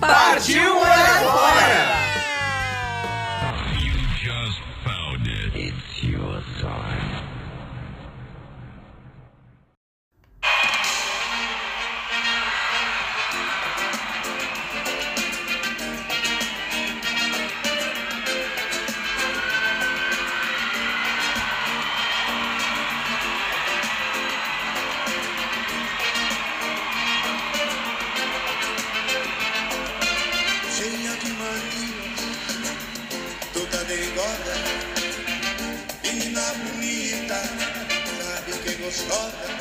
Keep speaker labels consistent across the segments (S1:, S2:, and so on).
S1: Partiu morar fora!
S2: You just found it. It's your time.
S3: cheia de manias, toda deigoda, menina bonita, sabe que é gostosa.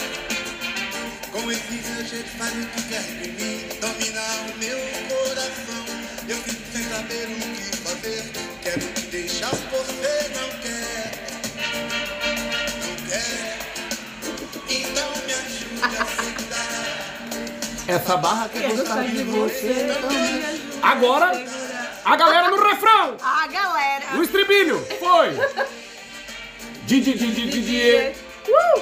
S3: Com esse jeito faz o que quer de mim, dominar o meu coração. Eu fico sem saber o que fazer, quero te deixar, você não quer, não quer. Então me ajuda a aceitar.
S4: Essa barra que gosta de você também.
S1: Agora, a galera no refrão!
S5: A galera.
S1: No estribilho! Foi! Didi, didi, didi,
S5: Uh!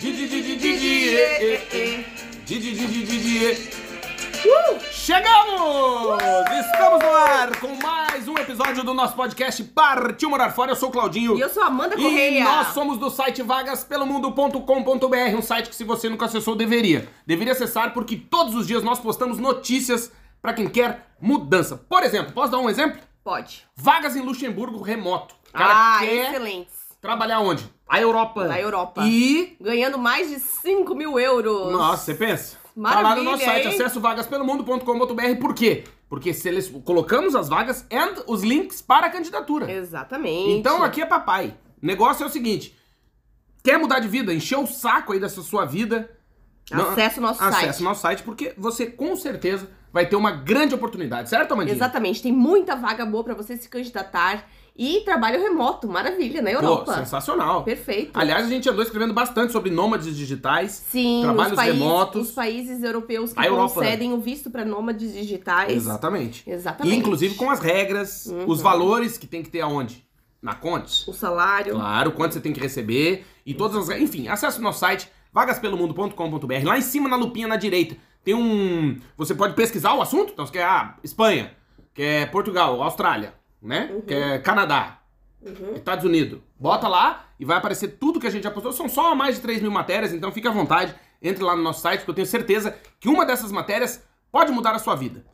S1: didi, didi, didi, e, e, e. didi, didi, didi, e. Uh! Chegamos! Estamos no ar com mais um episódio do nosso podcast Partiu Morar Fora. Eu sou o Claudinho.
S6: E eu sou a Amanda Correia.
S1: E nós somos do site vagaspelomundo.com.br, um site que se você nunca acessou, deveria. Deveria acessar porque todos os dias nós postamos notícias pra quem quer mudança. Por exemplo, posso dar um exemplo?
S6: Pode.
S1: Vagas em Luxemburgo remoto. O cara
S6: ah,
S1: quer
S6: excelentes.
S1: trabalhar onde? A Europa.
S6: Na Europa.
S1: E...
S6: Ganhando mais de 5 mil euros.
S1: Nossa, é você pensa? tá lá no
S6: Maravilha,
S1: nosso site,
S6: hein?
S1: acesso vagaspelomundo.com.br. Por quê? Porque sele- colocamos as vagas e os links para a candidatura.
S6: Exatamente.
S1: Então aqui é papai. O negócio é o seguinte: quer mudar de vida, encher o saco aí dessa sua vida. não-
S6: Acesse o nosso
S1: Acesse
S6: site.
S1: o nosso site, porque você com certeza vai ter uma grande oportunidade, certo, Amandinha?
S6: Exatamente, tem muita vaga boa pra você se candidatar e trabalho remoto, maravilha, na
S1: Pô,
S6: Europa.
S1: sensacional.
S6: Perfeito.
S1: Aliás, a gente andou escrevendo bastante sobre nômades digitais.
S6: Sim,
S1: trabalhos
S6: os países,
S1: remotos.
S6: os países europeus
S1: A
S6: que
S1: Europa, né?
S6: concedem o visto pra nômades digitais.
S1: Exatamente.
S6: Exatamente. Uhum.
S1: E, inclusive com as regras, os valores que tem que ter aonde? Na conte.
S6: O salário.
S1: Claro, quanto você tem que receber e todas as regras. Enfim, acesse o nosso site, vagaspelomundo.com.br. Lá em cima, na lupinha na direita, tem um. Você pode pesquisar o assunto? Então você quer ah, Espanha, quer Portugal, Austrália, né? Quer Canadá, Estados Unidos. Bota lá e vai aparecer tudo que a gente já postou. São só mais de 3 mil matérias, então fique à vontade. Entre lá no nosso site, porque eu tenho certeza que uma dessas matérias pode mudar a sua vida.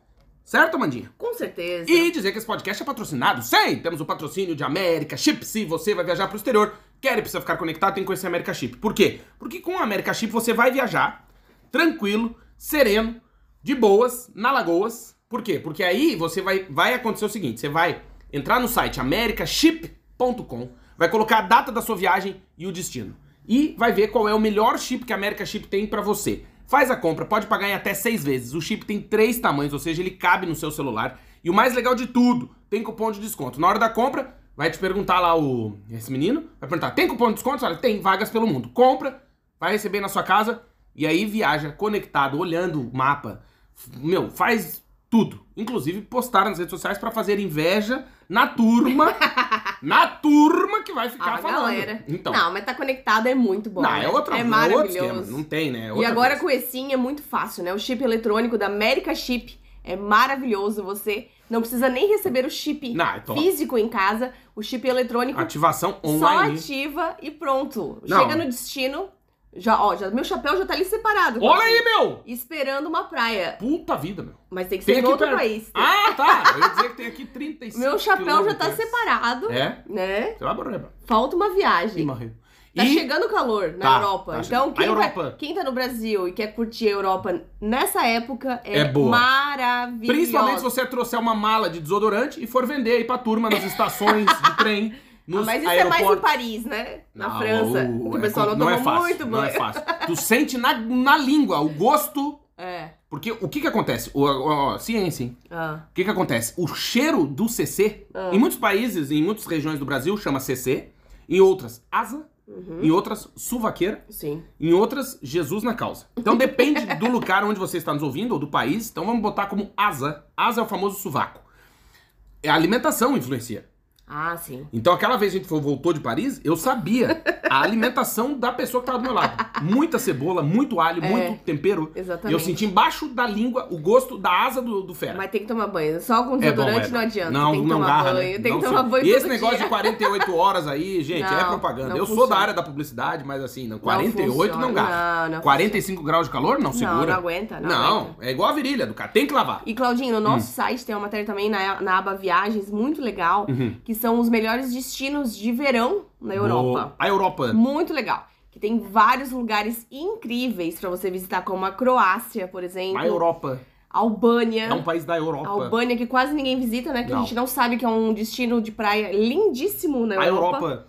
S1: Certo, Mandinha?
S6: Com certeza.
S1: E dizer que esse podcast é patrocinado, sim! Temos o patrocínio de América Chip. Se você vai viajar pro exterior, quer e precisa ficar conectado, tem que conhecer a América Chip. Por quê? Porque com a América Chip você vai viajar tranquilo, sereno, de boas, na Lagoas. Por quê? Porque aí você vai, vai acontecer o seguinte: você vai entrar no site americaship.com, vai colocar a data da sua viagem e o destino. E vai ver qual é o melhor chip que a América Chip tem pra você. Faz a compra, pode pagar em até seis vezes. O chip tem três tamanhos, ou seja, ele cabe no seu celular. E o mais legal de tudo, tem cupom de desconto. Na hora da compra, vai te perguntar lá o esse menino, vai perguntar: "Tem cupom de desconto?" Olha, tem vagas pelo mundo. Compra, vai receber na sua casa e aí viaja conectado, olhando o mapa. F- Meu, faz tudo. Inclusive postar nas redes sociais pra fazer inveja na turma. na turma que vai ficar
S6: a
S1: falando.
S6: Ah, galera.
S1: Então,
S6: Não, mas tá conectado é muito bom.
S1: não,
S6: né?
S1: é outra,
S6: É
S1: é outro
S6: maravilhoso.
S1: esquema, não tem, né? É
S6: e
S1: outra
S6: agora
S1: coisa.
S6: com esse é muito fácil, né? O chip eletrônico da América Chip é maravilhoso. Você não precisa nem receber o chip
S1: Não, é top.
S6: físico em casa. O chip eletrônico
S1: Ativação
S6: só
S1: online.
S6: ativa e pronto.
S1: Não.
S6: Chega no destino, já, ó, já, meu chapéu já tá ali separado.
S1: Olha aí, meu!
S6: Esperando uma praia.
S1: Puta vida, meu.
S6: Mas tem que
S1: Tem
S6: ser em
S1: aqui
S6: outro
S1: perto.
S6: país.
S1: Ah, tá. Eu ia dizer que tem aqui 35
S6: Meu chapéu já tá
S1: quilômetros.
S6: separado,
S1: É?
S6: né?
S1: Você vai morrer, mano.
S6: Falta uma
S1: Ih,
S6: viagem.
S1: morreu.
S6: Tá
S1: E-
S6: chegando calor na
S1: Tá,
S6: Europa.
S1: tá
S6: então,
S1: chegando.
S6: quem,
S1: A
S6: vai-
S1: Europa-
S6: quem tá no Brasil e quer curtir a Europa nessa época é,
S1: É boa.
S6: maravilhosa.
S1: Principalmente se você trouxer uma mala de desodorante e for vender aí pra turma nas estações de trem,
S6: Ah,
S1: nos
S6: Mas isso
S1: aeroportos.
S6: é mais em Paris, né? Na
S1: Não,
S6: França.
S1: o-
S6: que o
S1: é
S6: pessoal
S1: com-
S6: não,
S1: é
S6: toma
S1: fácil,
S6: muito
S1: Não é
S6: banho.
S1: fácil. Tu sente na, na língua o gosto Porque o que que acontece? O, ó, ó, ciência, hein?
S6: É. Ah.
S1: O que que acontece? O cheiro do CC, em muitos países, em muitas regiões do Brasil, chama CC. Em outras, asa. Em outras, suvaqueira.
S6: Sim.
S1: Em outras, Jesus na causa. Então depende do lugar onde você está nos ouvindo ou do país. Então vamos botar como asa. Asa é o famoso sovaco. É a alimentação influencia.
S6: Ah, sim.
S1: Então aquela vez que a gente foi- voltou de Paris, eu sabia a alimentação da pessoa que tava do meu lado. Muita cebola, muito alho, muito tempero.
S6: exatamente.
S1: E eu senti embaixo da língua o gosto da asa do, do fera.
S6: Mas tem que tomar banho. Só com
S1: É bom,
S6: desodorante
S1: é.
S6: não adianta.
S1: Não,
S6: tem que
S1: não
S6: tomar
S1: dá, né?
S6: banho. Tem
S1: Não
S6: que
S1: se-
S6: tomar banho
S1: E esse
S6: todo
S1: negócio
S6: dia.
S1: de 48 horas aí, gente, é
S6: Não,
S1: propaganda.
S6: não
S1: Eu sou
S6: funciona.
S1: da área da publicidade, mas assim, não, 48 não,
S6: funciona.
S1: gasta.
S6: Não, não
S1: 45 graus de calor não segura.
S6: não aguenta, não aguenta.
S1: é igual a virilha do cara, tem que lavar.
S6: E Claudinho, no
S1: Hum.
S6: nosso site tem uma matéria também na, na aba Viagens, muito legal,
S1: Hum. Uhum.
S6: que são os melhores destinos de verão na Europa.
S1: O- A Europa.
S6: Muito legal. Que tem vários lugares incríveis pra você visitar, como a Croácia, por exemplo.
S1: A Europa.
S6: Albânia.
S1: É um país da
S6: a
S1: Europa.
S6: Albânia que quase ninguém visita, né? Que a
S1: Não.
S6: gente não sabe que é um destino de praia lindíssimo na
S1: A Europa.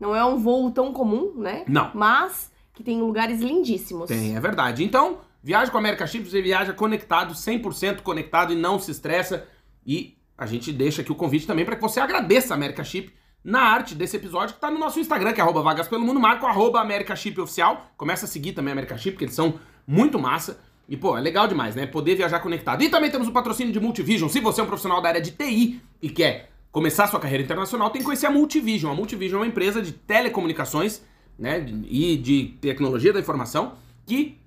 S6: Não é um voo tão comum, né?
S1: Não.
S6: Mas que tem lugares lindíssimos.
S1: Tem, é verdade. Então, viaja com a América Chip, você viaja conectado, 100% conectado e não se estressa. E a gente deixa aqui o convite também para que você agradeça a América Chip na arte desse episódio que tá no nosso Instagram, que é arroba vagas pelo mundo, marca o arroba América Chip oficial. Começa a seguir também a América Chip, porque eles são muito massa. E, pô, é legal demais, né? Poder viajar conectado. E também temos o patrocínio de Multivision. Se você é um profissional da área de TI e quer começar sua carreira internacional, tem que conhecer a Multivision. A Multivision é uma empresa de telecomunicações né, e de tecnologia da informação que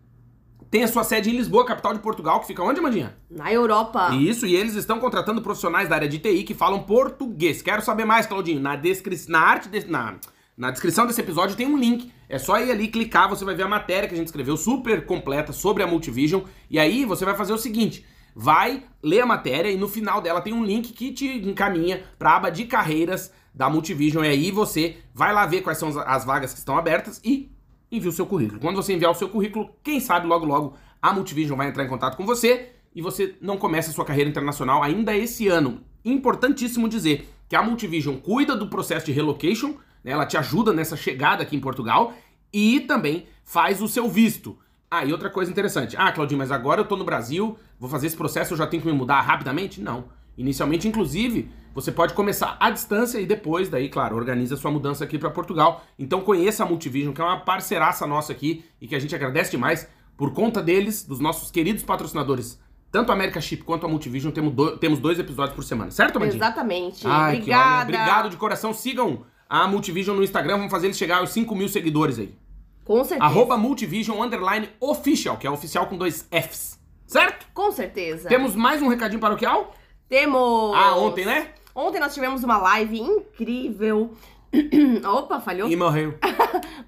S1: tem a sua sede em Lisboa, capital de Portugal, que fica onde, Mandinha?
S6: Na Europa.
S1: E Isso, e eles estão contratando profissionais da área de TI que falam português. Quero saber mais, Claudinho. Na, descri... na, arte de- na... na descrição desse episódio tem um link. É só ir ali clicar, você vai ver a matéria que a gente escreveu super completa sobre a Multivision. E aí você vai fazer o seguinte: vai ler a matéria e no final dela tem um link que te encaminha para a aba de carreiras da Multivision. E aí você vai lá ver quais são as- as vagas que estão abertas e envia o seu currículo. Quando você enviar o seu currículo, quem sabe logo logo a Multivision vai entrar em contato com você e você não começa a sua carreira internacional ainda esse ano. Importantíssimo dizer que a Multivision cuida do processo de relocation, né? ela te ajuda nessa chegada aqui em Portugal e também faz o seu visto. Ah, e outra coisa interessante. Ah, Claudinho, mas agora eu tô no Brasil, vou fazer esse processo, eu já tenho que me mudar rapidamente? Não. Inicialmente, inclusive, você pode começar à distância e depois, daí, claro, organiza sua mudança aqui para Portugal. Então conheça a Multivision, que é uma parceiraça nossa aqui e que a gente agradece demais por conta deles, dos nossos queridos patrocinadores. Tanto a America Chip quanto a Multivision temos, do- temos dois episódios por semana, certo, Mandinho?
S6: Exatamente.
S1: Ai, que
S6: Obrigada.
S1: olha, Obrigado de coração. Sigam a Multivision no Instagram, vamos fazer eles chegar aos 5 mil seguidores aí.
S6: Com certeza.
S1: Arroba Multivision Underline Official, que é oficial com dois Fs. Certo?
S6: Com certeza.
S1: Temos mais um recadinho paroquial?
S6: Temos.
S1: Ah, ontem, né?
S6: Ontem nós tivemos uma live incrível. Opa, falhou?
S1: E morreu.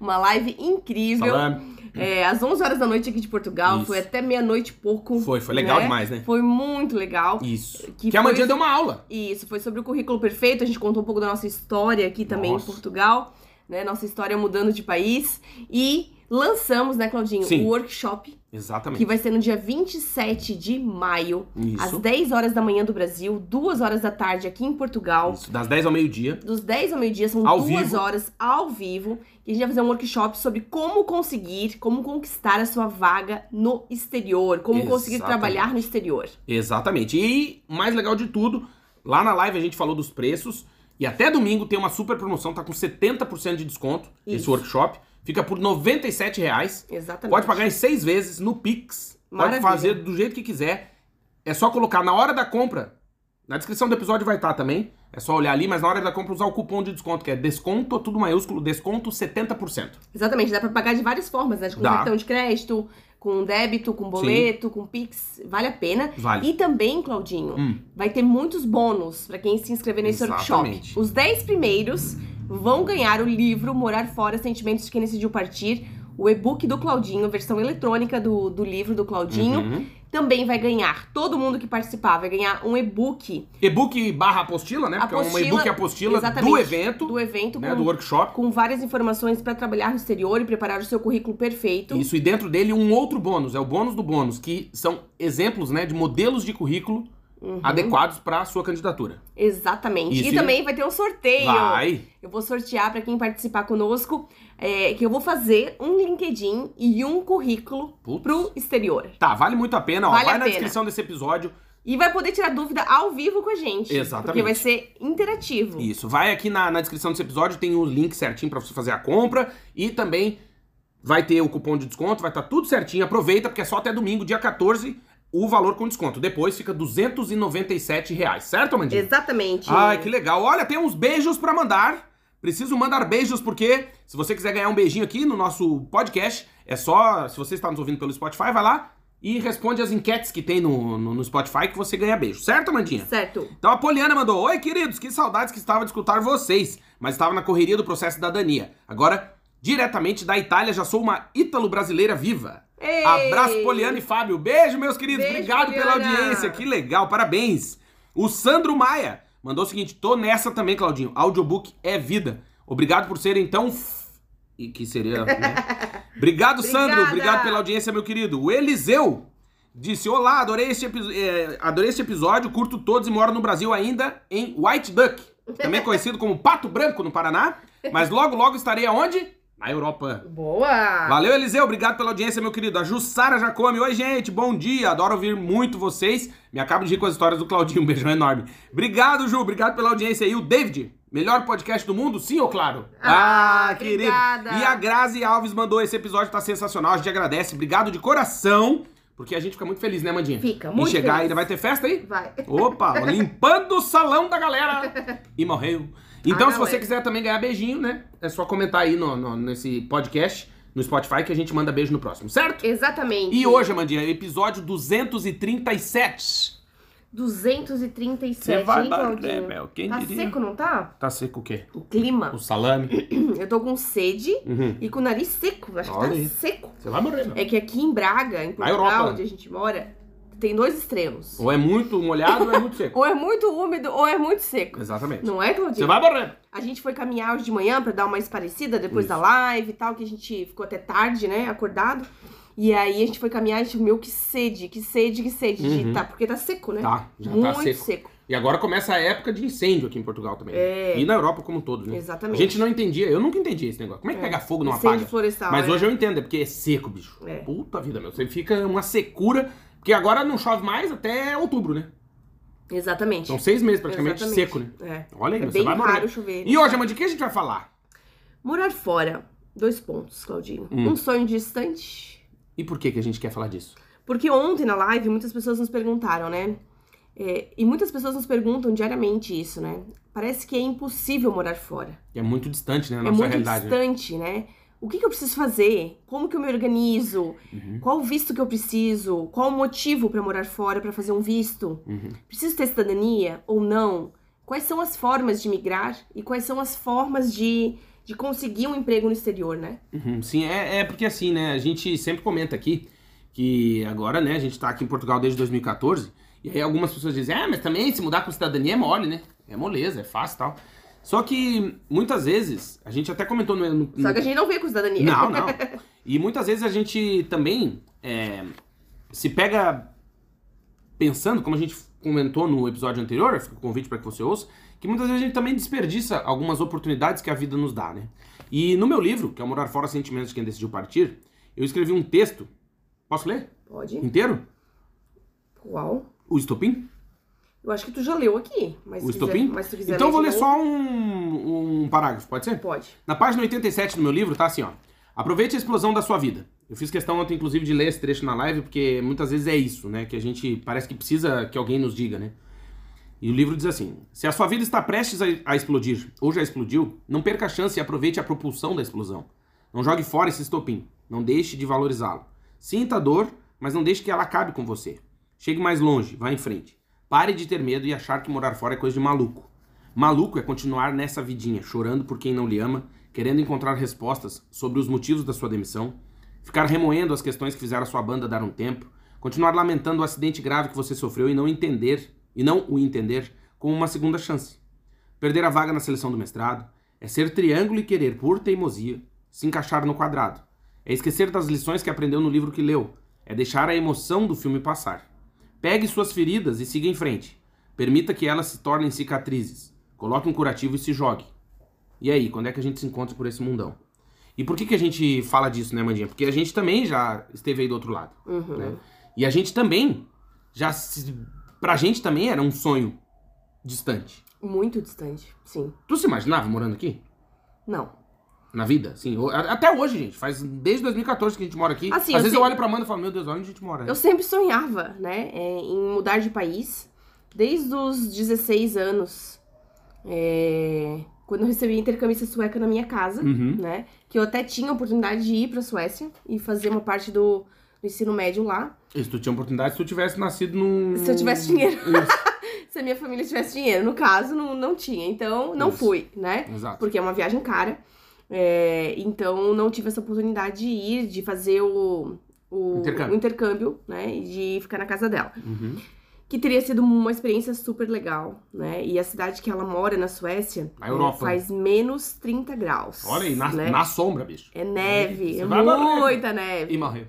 S6: Uma live incrível.
S1: Salame.
S6: É, às 11 horas da noite aqui de Portugal.
S1: Isso.
S6: Foi até meia-noite e pouco.
S1: Foi, foi legal demais, né?
S6: Foi muito legal.
S1: Isso.
S6: Que
S1: Que, a
S6: foi-
S1: Mandinha deu uma aula.
S6: Isso, foi sobre o currículo perfeito. A gente contou um pouco da nossa história aqui também
S1: Nossa.
S6: em Portugal, né? Nossa história mudando de país. E lançamos, né, Claudinho,
S1: Sim.
S6: o workshop, que
S1: Exatamente.
S6: vai ser no dia 27 de maio,
S1: Isso.
S6: às 10 horas da manhã do Brasil, 2 horas da tarde aqui em Portugal.
S1: Isso, das 10 ao meio-dia.
S6: Dos 10 ao meio-dia, são
S1: Ao
S6: duas
S1: vivo.
S6: horas ao vivo. E a gente vai fazer um workshop sobre como conseguir, como conquistar a sua vaga no exterior, como conseguir
S1: Exatamente.
S6: trabalhar no exterior.
S1: Exatamente. E mais legal de tudo, lá na live a gente falou dos preços. E até domingo tem uma super promoção, tá com 70% de desconto esse
S6: Isso.
S1: workshop. Fica por R$ 97 reais.
S6: Exatamente.
S1: Pode pagar em seis vezes no Pix.
S6: Maravilha.
S1: Pode fazer do jeito que quiser. É só colocar na hora da compra. Na descrição do episódio vai estar também. É só olhar ali, mas na hora da compra usar o cupom de desconto, que é desconto, tudo maiúsculo, desconto 70%.
S6: Exatamente, dá pra pagar de várias formas, né? De com
S1: Dá.
S6: cartão de crédito, com débito, com boleto, com Pix, vale a pena.
S1: Vale.
S6: E também, Claudinho,
S1: Hum.
S6: vai ter muitos bônus pra quem se inscrever nesse
S1: Exatamente.
S6: workshop. Os 10 primeiros vão ganhar o livro Morar Fora, Sentimentos de Quem Decidiu Partir, o e-book do Claudinho, versão eletrônica do, do livro do Claudinho.
S1: Uhum.
S6: Também vai ganhar, todo mundo que participar vai ganhar um e-book.
S1: E-book barra apostila, né? Porque é
S6: Apostila-
S1: um e-book apostila do
S6: Exatamente,
S1: evento,
S6: Do evento,
S1: né?
S6: com,
S1: Do workshop.
S6: com várias informações pra trabalhar no exterior e preparar o seu currículo perfeito.
S1: Isso, e dentro dele um outro bônus, é o bônus do bônus, que são exemplos, né, de modelos de currículo
S6: Uhum.
S1: adequados para sua candidatura.
S6: Exatamente.
S1: Isso,
S6: E
S1: e-
S6: também vai ter um sorteio.
S1: Vai.
S6: Eu vou sortear pra quem participar conosco, é, que eu vou fazer um LinkedIn e um currículo
S1: Putz.
S6: pro exterior.
S1: Tá, vale muito a pena, ó.
S6: Vale
S1: vai
S6: a
S1: na
S6: pena.
S1: descrição desse episódio.
S6: E vai poder tirar dúvida ao vivo com a gente.
S1: Exatamente.
S6: Porque vai ser interativo.
S1: Isso, vai aqui na, na descrição desse episódio, tem o link certinho pra você fazer a compra e também vai ter o cupom de desconto, vai estar tudo certinho. Aproveita porque é só até domingo, dia 14, o valor com desconto. Depois fica R$ 297 reais, certo, Mandinha?
S6: Exatamente.
S1: Ai, que legal. Olha, tem uns beijos pra mandar. Preciso mandar beijos porque se você quiser ganhar um beijinho aqui no nosso podcast, é só, se você está nos ouvindo pelo Spotify, vai lá e responde as enquetes que tem no, no, no Spotify que você ganha beijo. Certo, Amandinha?
S6: Certo.
S1: Então a Poliana mandou: Oi, queridos, que saudades que estava de escutar vocês, mas estava na correria do processo da Dania. Agora, diretamente da Itália, já sou uma ítalo-brasileira viva.
S6: Ei!
S1: Abraço, Poliana e Fábio. Beijo, meus queridos.
S6: Beijo,
S1: Obrigado pela
S6: Poliana.
S1: audiência. Que legal, parabéns. O Sandro Maia mandou o seguinte: tô nessa também, Claudinho. Audiobook é vida. Obrigado por serem tão. f- E que seria. né? Obrigado, Sandro.
S6: Obrigada.
S1: Obrigado pela audiência, meu querido. O Eliseu disse: Olá, adorei este, epi- eh, adorei este episódio, curto todos e moro no Brasil ainda em White Duck, também conhecido como Pato Branco no Paraná. Mas logo, logo estarei aonde? Na Europa.
S6: Boa!
S1: Valeu, Eliseu. Obrigado pela audiência, meu querido. A Jussara Jacome. Oi, gente. Bom dia. Adoro ouvir muito vocês. Me acabo de rir com as histórias do Claudinho. Um beijão enorme. Obrigado, Ju. Obrigado pela audiência. E o David, melhor podcast do mundo? Sim ou claro?
S6: Ah, obrigada.
S1: E a Grazi Alves mandou. Esse episódio tá sensacional. A gente agradece. Obrigado de coração. Porque a gente fica muito feliz, né, Mandinha?
S6: Fica,
S1: Em
S6: muito
S1: chegar
S6: feliz.
S1: ainda. Vai ter festa aí?
S6: Vai.
S1: Opa, ó, limpando o salão da galera. E morreu. Então,
S6: A
S1: se você
S6: galera.
S1: quiser também ganhar beijinho, né? É só comentar aí no, no- nesse podcast, no Spotify, que a gente manda beijo no próximo, certo?
S6: Exatamente.
S1: E hoje, Amandinha, episódio 237.
S6: 237,
S1: Você vai
S6: hein,
S1: barrer,
S6: Claudinho?
S1: meu, quem
S6: tá
S1: diria?
S6: seco, não tá?
S1: Tá seco o quê?
S6: O clima.
S1: O salame?
S6: Eu tô com sede
S1: Uhum.
S6: e com o nariz seco. Acho
S1: Olha
S6: que tá
S1: aí.
S6: seco.
S1: Você vai morrer, meu.
S6: É que aqui em Braga, em
S1: Europa.
S6: Portugal, onde a gente mora, tem dois extremos.
S1: Ou é muito molhado ou é muito seco.
S6: Ou é muito úmido ou é muito seco.
S1: Exatamente.
S6: Não é, Claudinho?
S1: Você vai morrer.
S6: A gente foi caminhar hoje de manhã pra dar uma esparecida depois da live e tal, que a gente ficou até tarde, né, acordado. E aí a gente foi caminhar e a gente, meu, que sede, que sede, que sede. de-
S1: Uhum.
S6: tá, porque tá seco, né?
S1: Tá, já
S6: Muito
S1: tá seco. E agora começa a época de incêndio aqui em Portugal também.
S6: É.
S1: E na Europa como um todo, né? A
S6: Exatamente.
S1: gente não entendia, eu nunca entendi esse negócio. Como é que pega fogo e não
S6: Incêndio
S1: apaga?
S6: florestal.
S1: Mas
S6: né?
S1: hoje eu entendo, é porque é seco, bicho.
S6: É.
S1: Puta vida, meu. Você fica uma secura. Porque agora não chove mais até outubro, né?
S6: é. Exatamente.
S1: São seis meses Então, praticamente
S6: Exatamente.
S1: seco, né?
S6: É.
S1: Olha aí,
S6: É
S1: meu,
S6: bem
S1: você vai
S6: raro
S1: morrer.
S6: chover.
S1: E hoje, amor, de que a gente vai falar?
S6: Morar fora. Dois pontos, Claudinho.
S1: Hum.
S6: Um sonho distante.
S1: E por que, que a gente quer falar disso?
S6: Porque ontem na live muitas pessoas nos perguntaram, né? É, e muitas pessoas nos perguntam diariamente isso, né? Parece que é impossível morar fora.
S1: Que é muito distante, né? A
S6: é
S1: nossa
S6: muito
S1: realidade. né?
S6: distante, né? O que, que eu preciso fazer? Como que eu me organizo?
S1: Uhum.
S6: Qual o visto que eu preciso? Qual o motivo pra morar fora, pra fazer um visto?
S1: Uhum.
S6: Preciso ter cidadania ou não? Quais são as formas de migrar e quais são as formas de, de conseguir um emprego no exterior, né?
S1: Uhum, Sim, é, é porque assim, né? A gente sempre comenta aqui que agora, né? A gente tá aqui em Portugal desde 2014. E aí algumas pessoas dizem, ah, mas também se mudar com cidadania é mole, né? É moleza, é fácil e tal. Só que muitas vezes, a gente até comentou no. no-
S6: Só que a gente não vê com cidadania.
S1: Uhum. Não, não. E muitas vezes a gente também é, se pega pensando, como a gente comentou no episódio anterior, fica o convite para que você ouça, que muitas vezes a gente também desperdiça algumas oportunidades que a vida nos dá, né? E no meu livro, que é o Morar Fora Sentimentos de Quem Decidiu Partir, eu escrevi um texto. Posso ler?
S6: Pode?
S1: Inteiro?
S6: Qual?
S1: O estopim?
S6: Eu acho que tu já leu aqui. Mas
S1: O
S6: se quiser-
S1: estopim?
S6: mas se tu quiser
S1: Então eu vou
S6: de
S1: ler
S6: novo,
S1: só um, um parágrafo, pode ser?
S6: Pode.
S1: Na página 87 do meu livro tá assim, ó. Aproveite a explosão da sua vida. Eu fiz questão ontem, inclusive, de ler esse trecho na live, porque muitas vezes é isso, né? Que a gente parece que precisa que alguém nos diga, né? E o livro diz assim: Se a sua vida está prestes a, a explodir, ou já explodiu, não perca a chance e aproveite a propulsão da explosão. Não jogue fora esse estopim. Não deixe de valorizá-lo. Sinta a dor, mas não deixe que ela acabe com você. Chegue mais longe, vá em frente. Pare de ter medo e achar que morar fora é coisa de maluco. Maluco é continuar nessa vidinha, chorando por quem não lhe ama, querendo encontrar respostas sobre os motivos da sua demissão, ficar remoendo as questões que fizeram a sua banda dar um tempo, continuar lamentando o acidente grave que você sofreu e não entender, e não o entender como uma segunda chance. Perder a vaga na seleção do mestrado é ser triângulo e querer, por teimosia, se encaixar no quadrado. É esquecer das lições que aprendeu no livro que leu. É deixar a emoção do filme passar. Pegue suas feridas e siga em frente. Permita que elas se tornem cicatrizes. Coloque um curativo e se jogue. E aí, quando é que a gente se encontra por esse mundão? E por que, que a gente fala disso, né, Mandinha? Porque a gente também já esteve aí do outro lado. né? E a gente também já se... Pra gente também era um sonho distante.
S6: Muito distante, sim.
S1: Tu se imaginava morando aqui?
S6: Não.
S1: Na vida, sim. O- a- Até hoje, gente. Faz desde 2014 que a gente mora aqui.
S6: Assim, eu
S1: Às vezes
S6: sei-
S1: eu olho pra Amanda e falo, meu Deus, olha onde a gente mora.
S6: Eu sempre sonhava, né, é, em mudar de país. Desde os 16 anos, é, quando eu recebi a intercambista sueca na minha casa,
S1: Uhum.
S6: né, que eu até tinha a oportunidade de ir pra Suécia e fazer uma parte do, do ensino médio lá.
S1: E Se tu tinha oportunidade, se tu tivesse nascido num...
S6: Se eu tivesse
S1: Hum,
S6: dinheiro. Se a minha família tivesse dinheiro. No caso, não, não tinha. Então, não
S1: Isso.
S6: fui, né?
S1: Exato.
S6: Porque é uma viagem cara. É, então, não tive essa oportunidade de ir, de fazer o, o,
S1: Intercâmbio.
S6: o intercâmbio, né? E de ficar na casa dela.
S1: Uhum.
S6: Que teria sido uma experiência super legal, né? E a cidade que ela mora, na Suécia,
S1: Na Europa,
S6: é, faz menos 30 graus.
S1: Olha aí, na,
S6: né?
S1: na sombra, bicho.
S6: É neve,
S1: Você
S6: é
S1: vai morrer.
S6: muita neve.
S1: E morreu.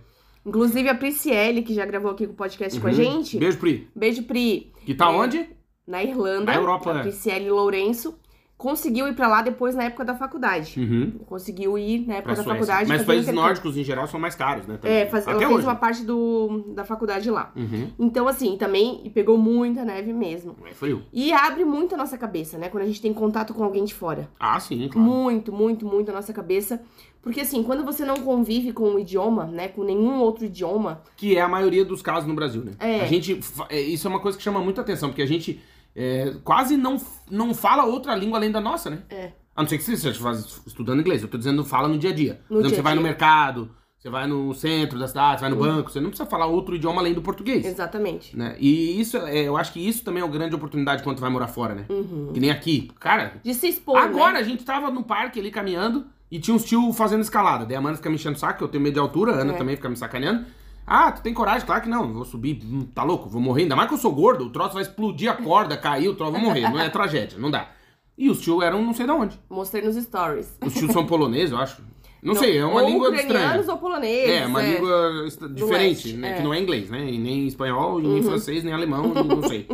S6: Inclusive a Prisciele, que já gravou aqui o podcast com a
S1: Uhum.
S6: gente.
S1: Beijo, Pri.
S6: Beijo, Pri
S1: Que tá
S6: É.
S1: onde?
S6: na Irlanda,
S1: Na Europa,
S6: a
S1: é.
S6: Prisciele Lourenço, conseguiu ir pra lá depois na época da faculdade.
S1: Uhum.
S6: Conseguiu ir na época
S1: Pra
S6: da
S1: Suécia.
S6: faculdade.
S1: Mas
S6: fazer
S1: países
S6: intercâmbio.
S1: nórdicos, em geral, são mais caros, né? também.
S6: É, faz, ela
S1: Até
S6: fez
S1: hoje.
S6: uma parte do, da faculdade lá.
S1: Uhum.
S6: Então, assim, também e pegou muita neve mesmo.
S1: É frio.
S6: E abre muito a nossa cabeça, né? Quando a gente tem contato com alguém de fora.
S1: Ah, sim, claro.
S6: Muito, muito, muito a nossa cabeça. Porque, assim, quando você não convive com o idioma, né? Com nenhum outro idioma,
S1: Que é a maioria dos casos no Brasil, né?
S6: É.
S1: A gente. fa- é, Isso é uma coisa que chama muita atenção, porque a gente é, quase não, f- não fala outra língua além da nossa, né?
S6: É.
S1: A não ser que você esteja faz- estudando inglês. Eu tô dizendo fala no dia a dia.
S6: No
S1: Por exemplo,
S6: dia a
S1: você vai
S6: dia.
S1: no mercado, você vai no centro da cidade, você vai no banco, você não precisa falar outro idioma além do português.
S6: exatamente.
S1: né? E isso, é, eu acho que isso também é uma grande oportunidade quando tu vai morar fora, né?
S6: Uhum.
S1: Que nem aqui. Cara,
S6: De se expor,
S1: Agora
S6: né?
S1: a gente tava no parque ali caminhando e tinha uns tio fazendo escalada. Daí a Amanda fica me enchendo o saco, eu tenho medo de altura, a Ana
S6: É.
S1: também fica me sacaneando. Ah, tu tem coragem? Claro que não, eu vou subir, hum, tá louco, vou morrer. Ainda mais que eu sou gordo, o troço vai explodir a corda, cair, o troço vai morrer. Não é tragédia, não dá. E os tio eram não sei de onde.
S6: Mostrei nos stories.
S1: Os tio são poloneses, eu acho. Não, sei, é uma
S6: ou
S1: língua
S6: ucranianos
S1: estranha.
S6: ou poloneses.
S1: É, uma língua est- diferente,
S6: leste,
S1: né?
S6: é. Uhum.
S1: Que não é inglês, né? E nem espanhol, e nem francês, nem alemão, não sei.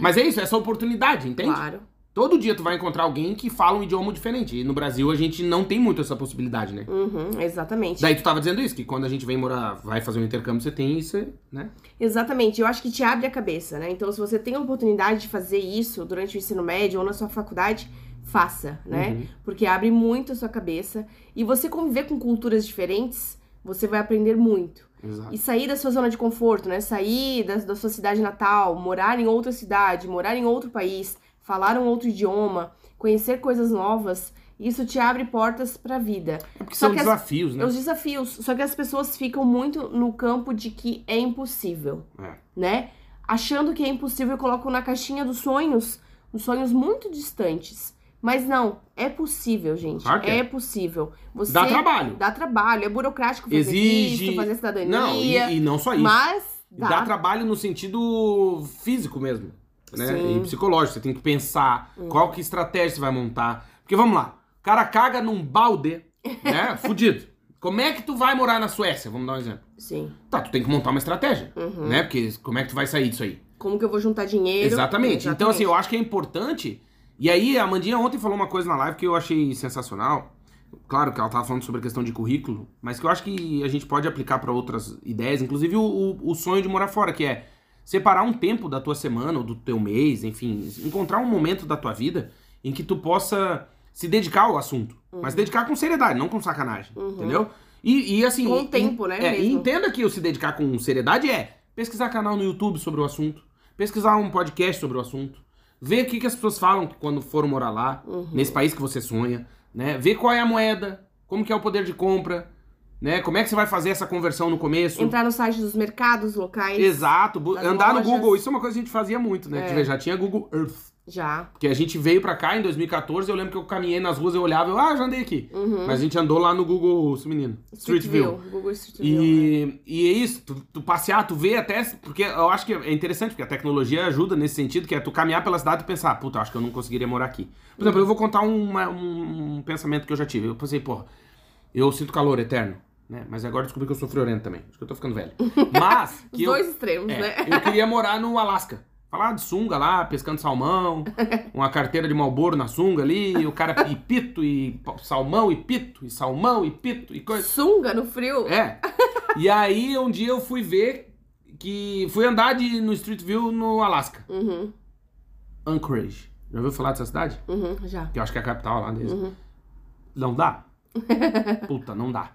S1: Mas é isso, é essa oportunidade, entende?
S6: Claro.
S1: Todo dia tu vai encontrar alguém que fala um idioma diferente. E no Brasil a gente não tem muito essa possibilidade, né?
S6: Uhum, exatamente.
S1: Daí tu tava dizendo isso, que quando a gente vem morar, vai fazer um intercâmbio, você tem isso, né?
S6: Exatamente. Eu acho que te abre a cabeça, né? Então, se você tem a oportunidade de fazer isso durante o ensino médio ou na sua faculdade, faça, né? Porque abre muito a sua cabeça. E você conviver com culturas diferentes, você vai aprender muito.
S1: Exato.
S6: E sair da sua zona de conforto, né? Sair da, da sua cidade natal, morar em outra cidade, morar em outro país, falar um outro idioma, conhecer coisas novas, isso te abre portas pra vida.
S1: É porque
S6: Só
S1: são
S6: que as-
S1: desafios, né?
S6: Os desafios, só que as pessoas ficam muito no campo de que é impossível,
S1: É.
S6: né? Achando que é impossível e colocam na caixinha dos sonhos, os sonhos muito distantes. Mas não, é possível, gente.
S1: Claro que
S6: é.
S1: é.
S6: possível. Você
S1: Dá trabalho.
S6: Dá trabalho, é burocrático fazer
S1: Exige.
S6: visto, fazer cidadania.
S1: Não, e, e não só isso.
S6: Mas
S1: Dá.
S6: dá.
S1: trabalho no sentido físico mesmo, né?
S6: Sim. Hum.
S1: E psicológico. Você tem que pensar qual que estratégia você vai montar. Porque vamos lá, o cara caga num balde, né? Fudido. Como é que tu vai morar na Suécia? Vamos dar um exemplo.
S6: Sim.
S1: Tá, tu tem que montar uma estratégia,
S6: Uhum.
S1: né? Porque como é que tu vai sair disso aí?
S6: Como que eu vou juntar dinheiro?
S1: Exatamente. Então, assim, eu acho que é importante. E aí, a Mandinha ontem falou uma coisa na live que eu achei sensacional. Claro que ela tava falando sobre a questão de currículo, mas que eu acho que a gente pode aplicar para outras ideias, inclusive o, o, o sonho de morar fora, que é separar um tempo da tua semana ou do teu mês, enfim, encontrar um momento da tua vida em que tu possa se dedicar ao assunto. Mas dedicar com seriedade, não com sacanagem, entendeu? E, e, assim.
S6: Com
S1: e-
S6: tempo, né,
S1: É, e
S6: mesmo.
S1: entenda que o se dedicar com seriedade é pesquisar canal no YouTube sobre o assunto, pesquisar um podcast sobre o assunto, ver o que, que as pessoas falam quando foram morar lá,
S6: Uhum.
S1: nesse país que você sonha, né? Ver qual é a moeda, como que é o poder de compra, né? Como é que você vai fazer essa conversão no começo.
S6: Entrar no site dos mercados locais.
S1: Exato, bu-
S6: nas
S1: andar no
S6: lojas.
S1: Google, isso é uma coisa que a gente fazia muito, né?
S6: É.
S1: Tu vê, Já tinha Google Earth.
S6: Já.
S1: Porque a gente veio pra cá em 2014, eu lembro que eu caminhei nas ruas, eu olhava, eu, ah, já andei aqui.
S6: Uhum.
S1: Mas a gente andou lá no Google, esse menino, Street, View.
S6: Google Street View. né?
S1: E, e é isso, tu, tu passear, tu vê até. Porque eu acho que é interessante, porque a tecnologia ajuda nesse sentido, que é tu caminhar pela cidade e pensar, puta, acho que eu não conseguiria morar aqui. Por exemplo, eu vou contar uma- um, um pensamento que eu já tive. Eu pensei, porra, eu sinto calor eterno. né? Mas agora eu descobri que eu sou friorento também. Acho que eu tô ficando velho. Mas.
S6: Os
S1: que eu-
S6: dois extremos,
S1: é,
S6: né?
S1: Eu queria morar no Alasca. Falar de sunga lá, pescando salmão, uma carteira de malboro na sunga ali, e o cara e pito, e pa- salmão, e pito, e salmão, e pito, e coisa.
S6: Sunga no frio.
S1: É. E aí um dia eu fui ver que. Fui andar de, no Street View no Alasca.
S6: Uhum,
S1: Anchorage. Já ouviu falar dessa cidade?
S6: uhum, já.
S1: Que eu acho que é a capital lá deles.
S6: Uhum.
S1: Não dá? Puta, não dá.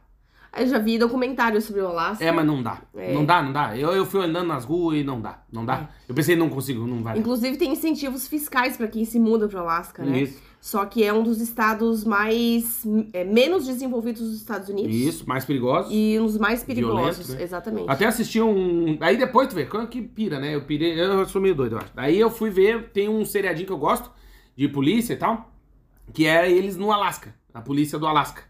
S6: Eu já vi documentário sobre o Alasca.
S1: É, mas não dá.
S6: É.
S1: Não dá, não dá. Eu, eu fui andando nas ruas e não dá. Não dá. Eu pensei, não consigo, não vai. dar.
S6: Inclusive tem incentivos fiscais pra quem se muda pro Alasca, né?
S1: Isso.
S6: Só que é um dos estados mais é, menos desenvolvidos dos Estados Unidos.
S1: Isso, mais perigoso.
S6: E um dos mais perigosos,
S1: Violento, né?
S6: exatamente.
S1: Até assisti um. Aí depois tu vê, que- que pira, né? Eu pirei, eu sou meio doido, eu acho. Aí eu fui ver, tem um seriadinho que eu gosto, de polícia e tal, que é eles no Alasca, a polícia do Alasca.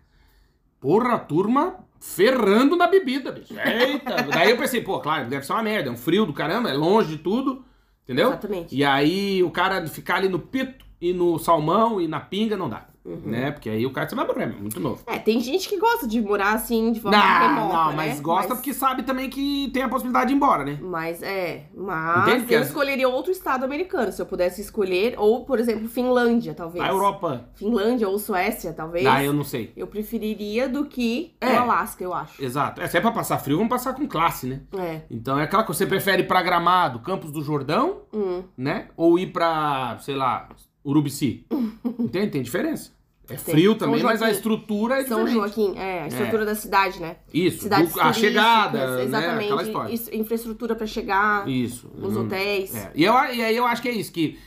S1: Porra, a turma ferrando na bebida, bicho. Eita! Daí eu pensei, pô, claro, deve ser uma merda, é um frio do caramba, é longe de tudo, entendeu?
S6: Exatamente.
S1: E aí o cara ficar ali no pito e no salmão e na pinga não dá,
S6: Uhum.
S1: né? Porque aí o cara você vai morrer, é muito novo.
S6: É, tem gente que gosta de morar assim de forma
S1: Não,
S6: remota,
S1: não,
S6: né?
S1: mas gosta porque sabe também que tem a possibilidade de ir embora, né?
S6: Mas é, mas
S1: Entende que
S6: eu
S1: as-
S6: escolheria outro estado americano, se eu pudesse escolher, ou por exemplo, Finlândia, talvez.
S1: A Europa.
S6: Finlândia ou Suécia, talvez.
S1: Ah, eu não sei.
S6: Eu preferiria do que
S1: É.
S6: o Alasca, eu acho.
S1: Exato. É, se é pra passar frio, vamos passar com classe, né?
S6: É.
S1: Então é aquela coisa, você prefere ir pra Gramado, Campos do Jordão,
S6: Hum.
S1: né? Ou ir pra, sei lá, Urubici. Entende? Tem diferença. É
S6: Tem.
S1: frio
S6: São
S1: também, mas a
S6: Joaquim.
S1: estrutura é
S6: São
S1: diferente.
S6: Joaquim, é, a estrutura da cidade, né?
S1: Isso,
S6: Cidades
S1: o- a
S6: turísticas,
S1: chegada, né?
S6: exatamente,
S1: Aquela história.
S6: isso, infraestrutura pra chegar,
S1: Isso.
S6: os
S1: Hum.
S6: hotéis.
S1: É, E, eu, e aí eu acho que é isso, que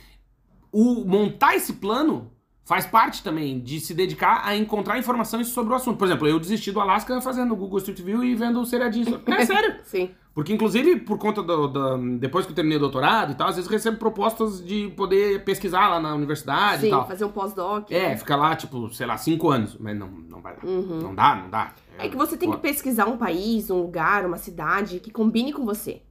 S1: o montar esse plano faz parte também de se dedicar a encontrar informações sobre o assunto. Por exemplo, eu desisti do Alaska fazendo o Google Street View e vendo o seriadinho. sobre- É sério.
S6: Sim.
S1: Porque, inclusive, por conta do, da- Depois que eu terminei o doutorado e tal, às vezes eu recebo propostas de poder pesquisar lá na universidade e
S6: Sim,
S1: tal.
S6: fazer um pós-doc.
S1: É, fica lá, tipo, sei lá, cinco anos. Mas não, não vai dar. Não dá, não dá.
S6: Uhum. É que você tem que
S1: foda.
S6: pesquisar um país, um lugar, uma cidade que combine com você.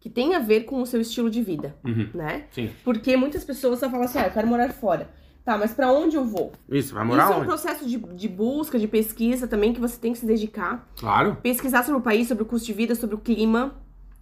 S6: Que tenha a ver com o seu estilo de vida,
S1: Uhum.
S6: né?
S1: Sim.
S6: Porque muitas pessoas só falam assim, ah, eu quero morar fora. Tá, mas pra onde eu vou?
S1: Isso, vai morar
S6: Isso é um
S1: onde?
S6: processo de, de busca, de pesquisa também, que você tem que se dedicar.
S1: Claro.
S6: Pesquisar sobre o país, sobre o custo de vida, sobre o clima.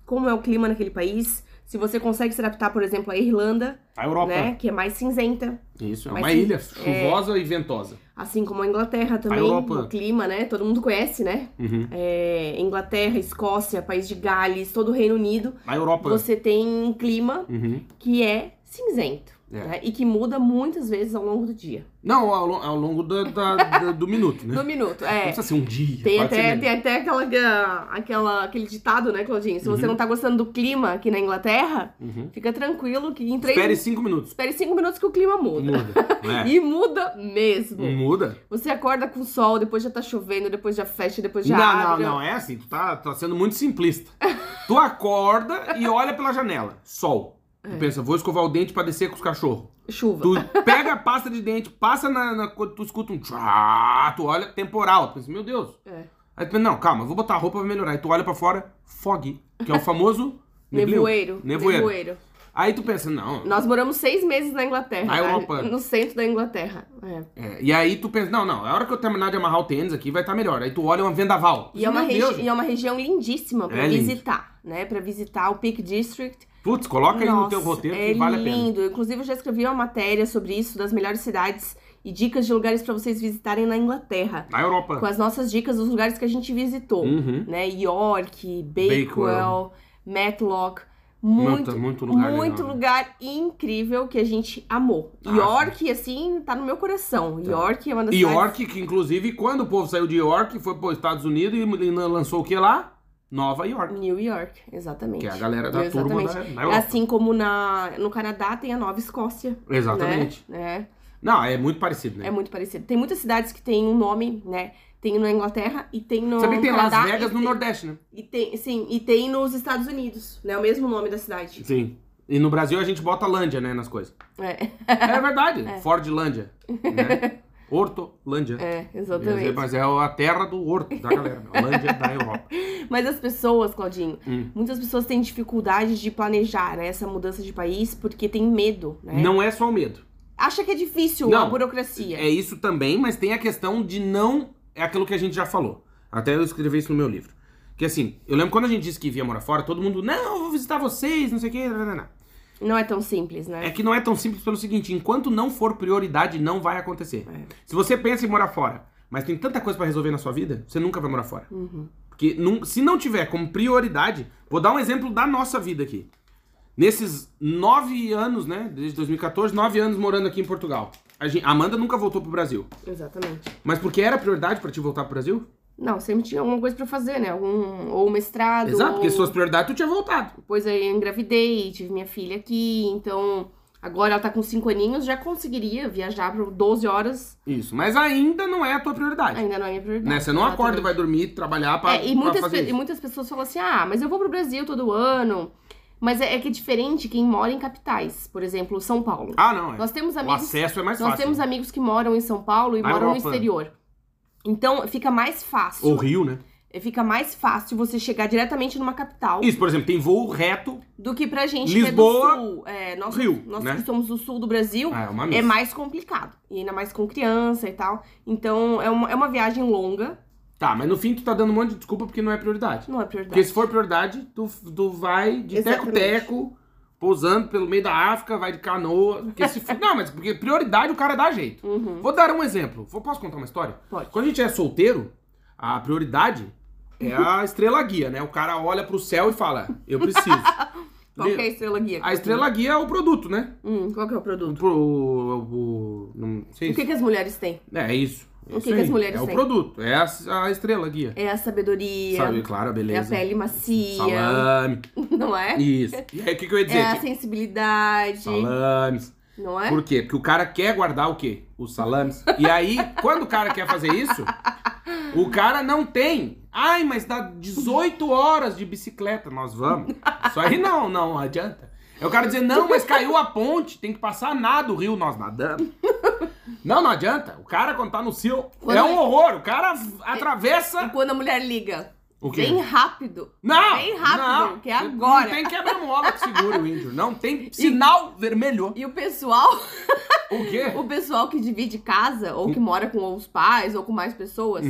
S6: Como é o clima naquele país. Se você consegue se adaptar, por exemplo, à Irlanda,
S1: A Europa.
S6: né? Que é mais cinzenta.
S1: Isso, é
S6: Mas é.
S1: uma
S6: sim,
S1: ilha chuvosa e ventosa.
S6: Assim como a Inglaterra também.
S1: Europa.
S6: O clima, né? Todo mundo conhece, né?
S1: Uhum.
S6: É, Inglaterra, Escócia, País de Gales, todo o Reino Unido,
S1: A Europa.
S6: você tem um clima
S1: Uhum.
S6: que é cinzento.
S1: É.
S6: né? E que muda muitas vezes ao longo do dia.
S1: Não, ao, lo- ao longo da- da- da- do minuto, né?
S6: No minuto,
S1: Não
S6: é.
S1: precisa ser um dia.
S6: Tem
S1: pode
S6: até,
S1: ser
S6: tem até aquela, aquela- aquele ditado, né, Claudinho? Se você não tá gostando do clima aqui na Inglaterra,
S1: Uhum.
S6: fica tranquilo que em três...
S1: Espere cinco minutos.
S6: espere cinco minutos que o clima muda.
S1: Muda. né?
S6: E muda mesmo.
S1: Uhum. Muda?
S6: Você acorda com sol, depois já tá chovendo, depois já fecha, depois já
S1: não,
S6: abre.
S1: não, não. É assim, tu tá, tá sendo muito simplista. tu acorda e olha pela janela. Sol.
S6: É.
S1: Tu pensa, vou escovar o dente pra descer com os cachorros.
S6: Chuva.
S1: Tu pega a pasta de dente, passa na. na- tu escuta um tchá, tu olha temporal. Tu pensa, meu Deus.
S6: É.
S1: Aí tu pensa, não, calma, eu vou botar a roupa pra melhorar. Aí tu olha pra fora, fog, que é o famoso. neblin-
S6: Nevoeiro.
S1: Nevoeiro. Aí tu pensa, não.
S6: Nós moramos seis meses na Inglaterra.
S1: Na
S6: né?
S1: Europa.
S6: No centro da Inglaterra. é.
S1: é, e aí tu pensa, não, não, a hora que eu terminar de amarrar o tênis aqui vai estar melhor. Aí tu olha uma vendaval.
S6: E é, uma
S1: Meu
S6: regi-
S1: Deus,
S6: e é uma região lindíssima pra
S1: É lindo.
S6: visitar, né? Pra visitar o Peak District.
S1: Putz, coloca aí no
S6: Nossa,
S1: teu roteiro
S6: é
S1: que vale a pena.
S6: lindo. Inclusive, eu já escrevi uma matéria sobre isso, das melhores cidades e dicas de lugares pra vocês visitarem na Inglaterra.
S1: Na Europa.
S6: Com as nossas dicas dos lugares que a gente visitou.
S1: Uhum.
S6: Né? York, Bakewell, Matlock. Muito,
S1: Muito- tá, muito lugar
S6: muito
S1: legal, né?
S6: lugar incrível que a gente amou.
S1: Ah,
S6: York, assim, tá no meu coração. York é uma das
S1: E
S6: cidades-
S1: York, que inclusive, quando o povo saiu de York, foi pros Estados Unidos e lançou o que lá? Nova York.
S6: New York, exatamente.
S1: Que é a galera da turma
S6: Exatamente.
S1: da, da Europa.
S6: Assim como na, no Canadá tem a Nova Escócia.
S1: Exatamente.
S6: Né?
S1: Não, é muito parecido,
S6: É,
S1: né?
S6: é muito parecido. Tem muitas cidades que tem um nome, né? Tem na Inglaterra e tem no.
S1: Sabia que tem Las
S6: Canadá
S1: Vegas
S6: e
S1: no
S6: tem-
S1: Nordeste, né?
S6: E tem, sim, e tem nos Estados Unidos, né? O mesmo nome da cidade.
S1: Sim. E no Brasil a gente bota Lândia, né, nas coisas.
S6: É,
S1: É verdade. Fordlândia. Né? Hortolândia.
S6: é exatamente.
S1: Mas é a terra do horto da galera. né? Holândia da Europa.
S6: Mas as pessoas, Claudinho,
S1: Hum.
S6: muitas pessoas têm dificuldade de planejar né, essa mudança de país porque tem medo, né?
S1: Não é só o medo.
S6: Acha que é difícil a
S1: Não.
S6: burocracia.
S1: É isso também, mas tem a questão de não. É aquilo que a gente já falou. Até eu escrevi isso no meu livro. Que assim, eu lembro quando a gente disse que ia morar fora, todo mundo, não, eu vou visitar vocês, não sei o quê. Não, não, não.
S6: Não é tão simples, né?
S1: É que não é tão simples pelo seguinte: enquanto não for prioridade, não vai acontecer.
S6: É,
S1: Se você pensa em morar fora, mas tem tanta coisa pra resolver na sua vida, você nunca vai morar fora.
S6: Uhum.
S1: Porque nun- se não tiver como prioridade, vou dar um exemplo da nossa vida aqui. Nesses nove anos, né? Desde 2014, nove anos morando aqui em Portugal. A, gente- a Amanda nunca voltou pro Brasil.
S6: Exatamente.
S1: Mas porque era prioridade pra ti voltar pro Brasil?
S6: Não, sempre tinha alguma coisa pra fazer, né? Algum, ou mestrado.
S1: Exato,
S6: ou...
S1: porque se fosse prioridade, tu tinha voltado.
S6: Depois aí eu engravidei, tive minha filha aqui, então agora ela tá com 5 aninhos, já conseguiria viajar por 12 horas,
S1: Isso, mas ainda não é a tua prioridade.
S6: ainda não é minha prioridade.
S1: Né? Você não acorda e vai dormir, trabalhar pra,
S6: É, e,
S1: pra
S6: muitas
S1: fazer
S6: pe-
S1: isso.
S6: e muitas pessoas falam assim: ah, mas eu vou pro Brasil todo ano. Mas é, é que é diferente quem mora em capitais, por exemplo, São Paulo.
S1: Ah, não, é.
S6: Nós temos
S1: O
S6: amigos.
S1: acesso é mais
S6: Nós
S1: fácil.
S6: temos amigos que moram em São Paulo e
S1: Na
S6: moram no
S1: Europa.
S6: exterior. Então fica mais fácil. É,
S1: Ou Rio, né?
S6: Fica mais fácil você chegar diretamente numa capital
S1: Isso, por exemplo, tem voo reto.
S6: do que pra gente
S1: Lisboa,
S6: que é do sul. É, nós
S1: Rio,
S6: nós
S1: né?
S6: que somos do sul do Brasil,
S1: Ah, é uma
S6: é
S1: missa.
S6: mais complicado. E ainda mais com criança e tal. Então é uma, é uma viagem longa,
S1: Tá, mas no fim tu tá dando um monte de desculpa porque não é prioridade.
S6: não é prioridade.
S1: Porque se for prioridade, tu, tu vai de
S6: Exatamente.
S1: teco-teco, pousando pelo meio da África, vai de canoa. Porque se for- não, mas porque prioridade o cara dá jeito.
S6: Uhum.
S1: Vou dar um exemplo. Vou, posso contar uma história?
S6: Pode.
S1: Quando a gente é solteiro, a prioridade é a estrela guia, né? O cara olha pro céu e fala, eu preciso.
S6: Qual que é a estrela guia?
S1: A estrela guia é o produto, né?
S6: Hum, qual que é o produto?
S1: Pro, o, o- não sei
S6: O que, que as mulheres têm?
S1: É, é isso. É
S6: O
S1: isso
S6: que que
S1: aí.
S6: as mulheres
S1: É
S6: têm?
S1: o produto, é a, a estrela guia.
S6: É a sabedoria,
S1: Sabe, claro, a
S6: é a
S1: beleza. né?
S6: pele macia,
S1: Salame.
S6: não é?
S1: Isso. E aí, o que, que eu ia dizer?
S6: É assim. a
S1: aqui?
S6: sensibilidade,
S1: Salames.
S6: não é?
S1: Por quê? Porque o cara quer guardar o quê? Os salames. E aí, quando o cara quer fazer isso, o cara não tem. Ai, mas dá 18 horas de bicicleta, nós vamos. Isso aí não, não adianta. É o cara dizer, não, mas caiu a ponte, tem que passar nada o rio, nós nadamos. Não, não adianta. O cara, quando tá no cio,
S6: Quando
S1: é
S6: ele-
S1: um horror. O cara
S6: E
S1: atravessa.
S6: quando a mulher liga,
S1: O quê?
S6: bem rápido,
S1: Não!
S6: bem rápido,
S1: não,
S6: que é agora.
S1: Não tem quebra-mola que segura o índio. Não tem sinal vermelho.
S6: E o pessoal,
S1: O quê?
S6: o pessoal que divide casa, ou que
S1: Uhum.
S6: mora com os pais, ou com mais pessoas,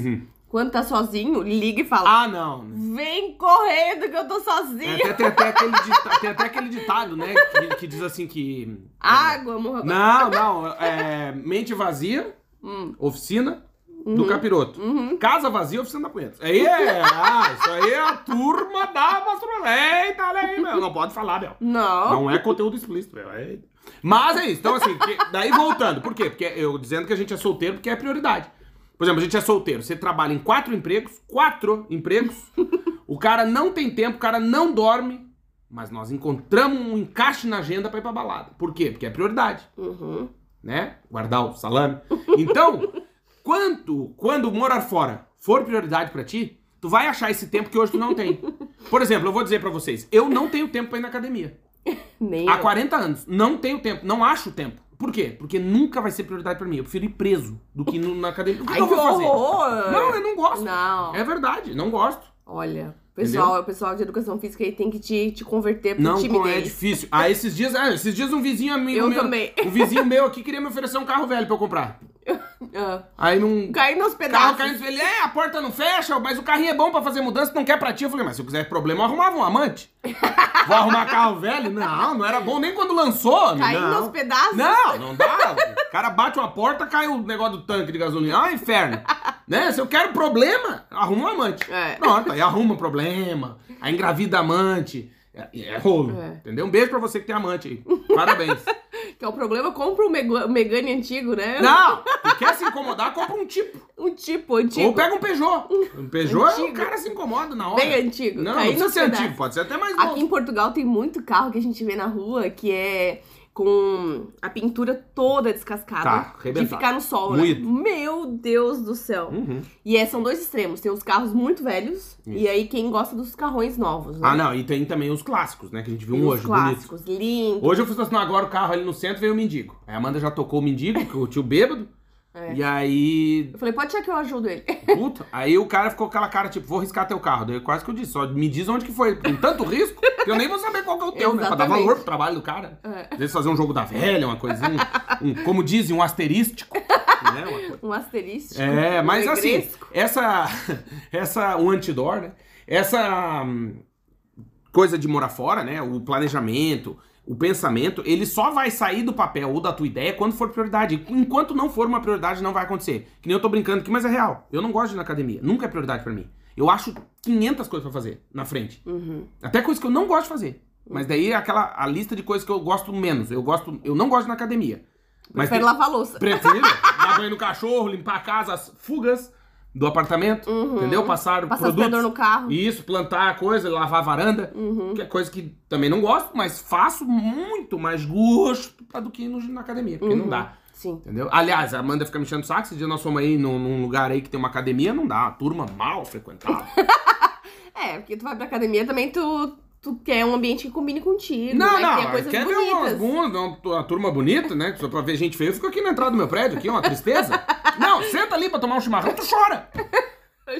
S6: quando tá sozinho, liga e fala,
S1: Ah, não.
S6: vem correndo que eu tô
S1: É,
S6: sozinho.
S1: até- tem, até aquele dita- tem até aquele ditado, né? Que, que diz assim que.
S6: Ah, Água, morro.
S1: Não, não. é, mente vazia,
S6: Hum.
S1: oficina
S6: Uhum.
S1: do capiroto. Casa vazia, oficina da punheta. Aí é. ah, isso aí é a turma da masturbação. Eita, olha aí, meu. Não pode falar, meu.
S6: Não.
S1: Não é conteúdo explícito, meu. É- Mas é isso. Então, assim, que- daí voltando. Por quê? Porque eu dizendo que a gente é solteiro porque é prioridade. Por exemplo, a gente é solteiro. Você trabalha em quatro empregos, quatro empregos. o cara não tem tempo, o cara não dorme. Mas nós encontramos um encaixe na agenda pra ir pra balada. Por quê? Porque é prioridade,
S6: Uhum.
S1: né? Guardar o salame. Então, quanto, quando morar fora for prioridade pra ti, tu vai achar esse tempo que hoje tu não tem. Por exemplo, eu vou dizer pra vocês, eu não tenho tempo pra ir na academia.
S6: Nem
S1: Há
S6: eu.
S1: 40 anos. Não tenho tempo. Não acho tempo. Por quê? Porque nunca vai ser prioridade pra mim. Eu prefiro ir preso do que no- na academia. O que,
S6: Ai,
S1: que eu vou
S6: que
S1: fazer?
S6: horror!
S1: Não, eu não gosto.
S6: Não.
S1: É verdade, não gosto.
S6: Olha, pessoal, o pessoal de educação física aí tem que te, te converter pro
S1: Não,
S6: time
S1: é
S6: deles.
S1: difícil. Ah, esses dias, ah, esses dias um vizinho amigo
S6: Eu
S1: meu,
S6: também.
S1: um vizinho meu aqui queria me oferecer um carro velho pra eu comprar.
S6: Ah,
S1: Aí num
S6: caindo aos
S1: carro
S6: pedaços.
S1: caindo, ele é, a porta não fecha, mas o carrinho é bom pra fazer mudança, não quer pra ti. Eu falei, mas se eu quiser problema, eu arrumava um amante. Vou arrumar carro velho? Não, não era bom nem quando lançou.
S6: Caindo
S1: não.
S6: aos pedaços.
S1: Não, não dá. O cara bate uma porta, cai o negócio do tanque de gasolina. Ah, inferno. Né? Se eu quero problema, arruma um amante.
S6: É.
S1: Pronto, aí arruma um problema, aí engravida amante. É, é rolo,
S6: É.
S1: entendeu? Um beijo pra você que tem amante aí. Parabéns.
S6: Que é o problema, compra um Mega- Megane antigo, né?
S1: Não, tu quer se incomodar, compra um tipo.
S6: Um tipo antigo.
S1: Ou pega um Peugeot. Um Peugeot,
S6: Antigo.
S1: o cara se incomoda na hora.
S6: Bem antigo,
S1: Não, não
S6: caindo
S1: precisa
S6: aos
S1: ser
S6: pedaços.
S1: antigo, pode ser até mais
S6: Aqui
S1: novo.
S6: em Portugal tem muito carro que a gente vê na rua que é com a pintura toda descascada.
S1: Tá,
S6: de
S1: arrebentado.
S6: ficar no sol,
S1: Muito.
S6: né? Meu Deus do céu.
S1: Uhum.
S6: E é, são dois extremos. Tem os carros muito velhos e aí quem gosta dos carrões novos, né?
S1: Ah, não, e tem também os clássicos, né? Que a gente viu
S6: Tem os
S1: hoje, bonito.
S6: clássicos, lindo.
S1: Hoje eu fui estacionar agora o carro ali no centro e veio o mendigo. Aí a Amanda já tocou o mendigo, que o tio bêbado. E aí.
S6: Eu falei, pode deixar que eu ajudo ele.
S1: Puta, aí o cara ficou com aquela cara, tipo, vou riscar teu carro. Daí quase que eu disse, só me diz onde que foi. Tem tanto risco que eu nem vou saber qual que é o teu, né? Pra dar
S6: Exatamente.
S1: valor pro trabalho do cara. Às vezes fazer um jogo da velha, uma coisinha. um- como dizem, um asterístico. né? Uma coisa.
S6: Um asterisco.
S1: É,
S6: um
S1: mas assim,
S6: negresco.
S1: essa. Essa. O antidor, né? Essa hum, coisa de morar fora, né? O planejamento, o pensamento, ele só vai sair do papel ou da tua ideia quando for prioridade. Enquanto não for uma prioridade, não vai acontecer. Que nem eu tô brincando aqui, mas é real. Eu não gosto de ir na academia. Nunca é prioridade pra mim. Eu acho 500 coisas pra fazer na frente.
S6: Uhum.
S1: Até coisas que eu não gosto de fazer. Mas daí é aquela a lista de coisas que eu gosto menos. Eu gosto, eu não gosto de ir na academia. Mas
S6: Prefere
S1: tem-
S6: lavar a louça.
S1: Prefiro dar banho no cachorro, limpar a casa, as fugas do apartamento, entendeu? Passar
S6: Uhum. Passar aspirador
S1: produtos.
S6: no carro. Uhum.
S1: Isso, plantar a coisa, lavar a varanda, que é coisa que também não gosto, mas faço muito mais gosto pra- do que no, na academia, porque
S6: Uhum.
S1: não dá.
S6: Sim.
S1: Entendeu? Aliás, a Amanda fica me enchendo o saco. Esse dia nós fomos aí num, num lugar aí que tem uma academia, não dá. Uma turma mal frequentada.
S6: É, porque tu vai pra academia também, tu, tu quer um ambiente que combine contigo. né?
S1: Não,
S6: que tenha
S1: não,
S6: coisas
S1: quer ver
S6: bonitas.
S1: algumas, uma, uma turma bonita, né? Só pra ver gente feia, eu fico aqui na entrada do meu prédio, aqui, uma tristeza. Não, senta ali pra tomar um chimarrão, tu chora.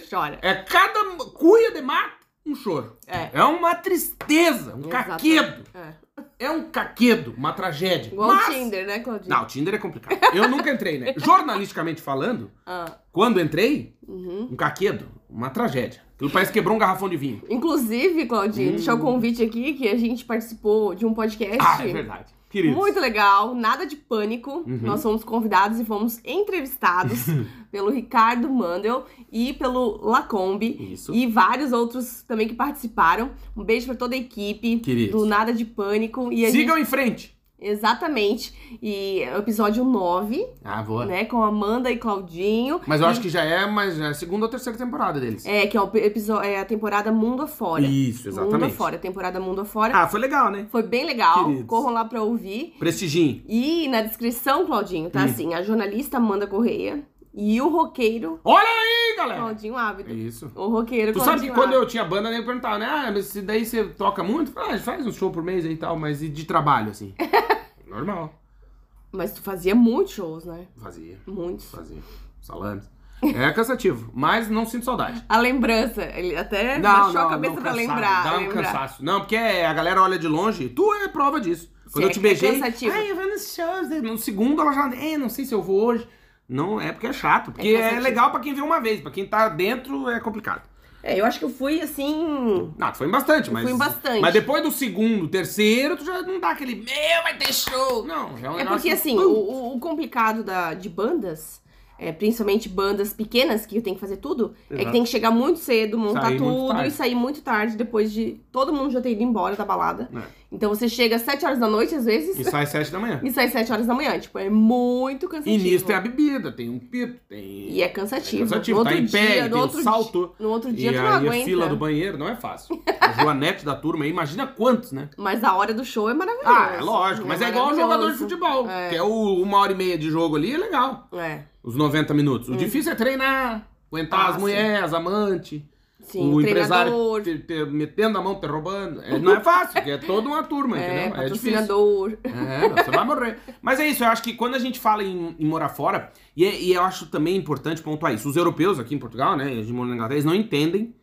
S6: Chora.
S1: É cada cuia de mato, um choro.
S6: É.
S1: uma tristeza, um
S6: Exato.
S1: caquedo.
S6: É.
S1: É um caquedo, uma tragédia.
S6: Igual
S1: Mas...
S6: o Tinder, né, Claudinha?
S1: Não, o Tinder é complicado. Eu nunca entrei, né? Jornalisticamente falando,
S6: Ah.
S1: quando entrei,
S6: Uhum.
S1: um caquedo, uma tragédia. Aquilo parece que quebrou um garrafão de vinho.
S6: Inclusive, Claudinha, deixar o convite aqui que a gente participou de um podcast.
S1: Hum. Ah, é verdade. Queridos. Uhum.
S6: Muito legal, nada de pânico. Nós fomos convidados e fomos entrevistados pelo Ricardo Mandel e pelo Lacombe.
S1: Isso.
S6: E vários outros também que participaram. Um beijo pra toda a equipe
S1: Queridos.
S6: do Nada de Pânico. E a gente-
S1: Sigam em frente.
S6: Exatamente. E é o episódio 9,
S1: Ah, boa.
S6: né? Com Amanda e Claudinho.
S1: Mas eu acho que já é, mas já é a segunda ou terceira temporada deles.
S6: É, que é, o episódio, é a temporada Mundo Afora.
S1: Isso,
S6: Mundo
S1: exatamente.
S6: Afora, temporada Mundo Afora.
S1: Ah, foi legal, né?
S6: Foi bem legal.
S1: Queridos.
S6: Corram lá pra ouvir.
S1: Prestiginho.
S6: E na descrição, Claudinho,
S1: Hum.
S6: tá assim, a jornalista Amanda Correia e o roqueiro
S1: Olha aí, galera!
S6: Claudinho Ávido.
S1: Isso.
S6: O roqueiro
S1: É. Tu
S6: Claudinho
S1: sabe que quando
S6: Ávido.
S1: eu tinha banda, nem perguntava, né? Ah, mas se daí você toca muito? Ah, faz um show por mês aí e tal, mas e de trabalho, assim? Normal.
S6: Mas tu fazia muitos shows, né?
S1: Fazia,
S6: Muitos.
S1: fazia. Salames. É cansativo, mas não sinto saudade.
S6: A lembrança, ele até
S1: Não,
S6: É, baixou
S1: não,
S6: a cabeça
S1: não,
S6: pra
S1: cansado,
S6: lembrar.
S1: Dá um
S6: lembrar.
S1: cansaço. Não, porque é, a galera olha de longe. Tu é prova disso. Quando
S6: Sim,
S1: eu te
S6: é que é
S1: beijei,
S6: cansativo.
S1: ai, eu vou nos shows. né? No segundo ela já, é, não sei se eu vou hoje. Não, é porque é chato. Porque é,
S6: cansativo.
S1: legal pra quem vê uma vez. Pra quem tá dentro é complicado.
S6: É, eu acho que eu fui assim.
S1: Não, tu foi em bastante,
S6: Eu
S1: mas...
S6: fui em bastante.
S1: Mas depois do segundo, terceiro, tu já não dá aquele... Meu, vai ter show! Não, já é um
S6: É
S1: negócio
S6: porque
S1: que-
S6: assim, o, o- o complicado da, de bandas. é, principalmente bandas pequenas que tem que fazer tudo, é que
S1: Exato.
S6: tem que chegar muito cedo, montar
S1: Sair muito
S6: tudo
S1: tarde.
S6: e sair muito tarde depois de todo mundo já ter ido embora da balada.
S1: É.
S6: Então você chega às 7 horas da noite, às vezes.
S1: E sai sete da manhã.
S6: E sai 7 horas da manhã. Tipo, é muito
S1: é. E
S6: cansativo.
S1: nisso tem a bebida, tem um pito, tem...
S6: E é cansativo.
S1: É cansativo,
S6: No
S1: tá
S6: outro
S1: em pé,
S6: dia,
S1: tem
S6: no
S1: o
S6: outro
S1: salto.
S6: Dia, no outro dia
S1: e
S6: tu não
S1: aí
S6: aguenta.
S1: a fila do banheiro não é fácil. A Joanete da turma aí, imagina quantos, né?
S6: Mas a hora do show é maravilhosa.
S1: Ah, é lógico, mas é igual o
S6: maravilhoso.
S1: jogador de futebol.
S6: É.
S1: Que é o, uma hora e meia de jogo ali, é legal.
S6: É,
S1: Os 90 minutos. O difícil é treinar, aguentar
S6: Uhum. Ah,
S1: as
S6: sim.
S1: mulheres, as amantes.
S6: sim,
S1: o
S6: treinador,
S1: empresário te, te metendo a mão, te roubando. É, não é fácil, porque é toda uma turma,
S6: é,
S1: entendeu? É difícil.
S6: patrocinador.
S1: É, você vai morrer. Mas é isso, eu acho que quando a gente fala em, em morar fora, e, é- e eu acho também importante pontuar isso, os europeus aqui em Portugal, né, a gente mora na Inglaterra, eles não entendem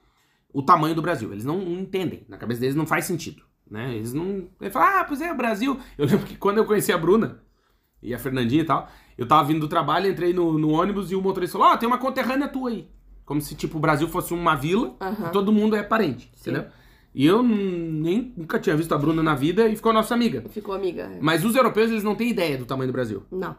S1: o tamanho do Brasil, eles não entendem, na cabeça deles não faz sentido, né, eles não... Eles falam, ah, pois é, Brasil... Eu lembro que quando eu conheci a Bruna e a Fernandinha e tal, eu tava vindo do trabalho, entrei no, no ônibus e o motorista falou, ó, tem uma conterrânea tua aí. Como se, tipo, o Brasil fosse uma vila
S6: Aham.
S1: e todo mundo é parente, entendeu? E eu hum, nem, nunca tinha visto a Bruna na vida e ficou nossa amiga.
S6: Ficou amiga. é
S1: Mas os europeus, eles não têm ideia do tamanho do Brasil.
S6: Não.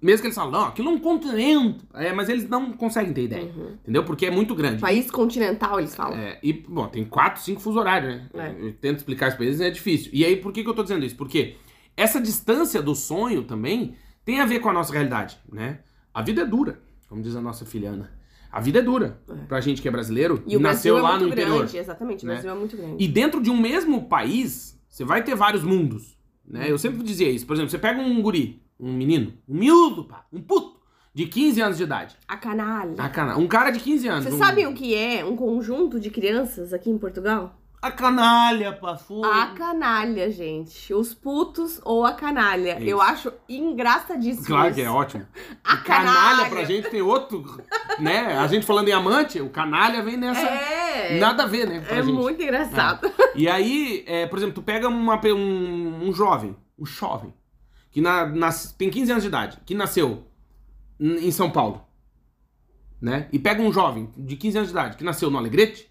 S1: Mesmo que eles falam, não, aquilo é um continente. É, mas eles não conseguem ter ideia.
S6: Uhum.
S1: Entendeu? Porque é muito grande.
S6: País continental, eles falam.
S1: É, e, bom, tem quatro, cinco fuso horários, né?
S6: É.
S1: Eu tento explicar isso pra eles, é difícil. E aí, por que, que eu tô dizendo isso? Porque essa distância do sonho também tem a ver com a nossa realidade, né? A vida é dura, como diz a nossa filhana. A vida é dura pra gente que é brasileiro
S6: E o
S1: nasceu
S6: Brasil
S1: lá
S6: é muito
S1: no
S6: grande,
S1: interior.
S6: exatamente. O
S1: né?
S6: Brasil é muito grande.
S1: E dentro de um mesmo país, você vai ter vários mundos, né? Eu sempre dizia isso. Por exemplo, você pega um guri, um menino, um miúdo, pá, um puto, de 15 anos de idade.
S6: A canalha.
S1: A cana... Um cara de 15 anos.
S6: Vocês
S1: um...
S6: sabem o que é um conjunto de crianças aqui em Portugal?
S1: A canalha, pá, foi.
S6: A canalha, gente. Os putos ou a canalha.
S1: É Isso.
S6: Eu acho engraçadíssimo.
S1: Claro
S6: isso.
S1: que é ótimo.
S6: A
S1: O canalha
S6: canalha.
S1: pra gente tem outro, né? A gente falando em amante, o canalha vem nessa...
S6: É.
S1: Nada a ver, né? Pra
S6: é
S1: gente.
S6: muito engraçado.
S1: E aí, é, por exemplo, tu pega uma pe- um, um jovem, um jovem, que na- nas- tem 15 anos de idade, que nasceu em São Paulo, né? E pega um jovem de 15 anos de idade que nasceu no Alegrete,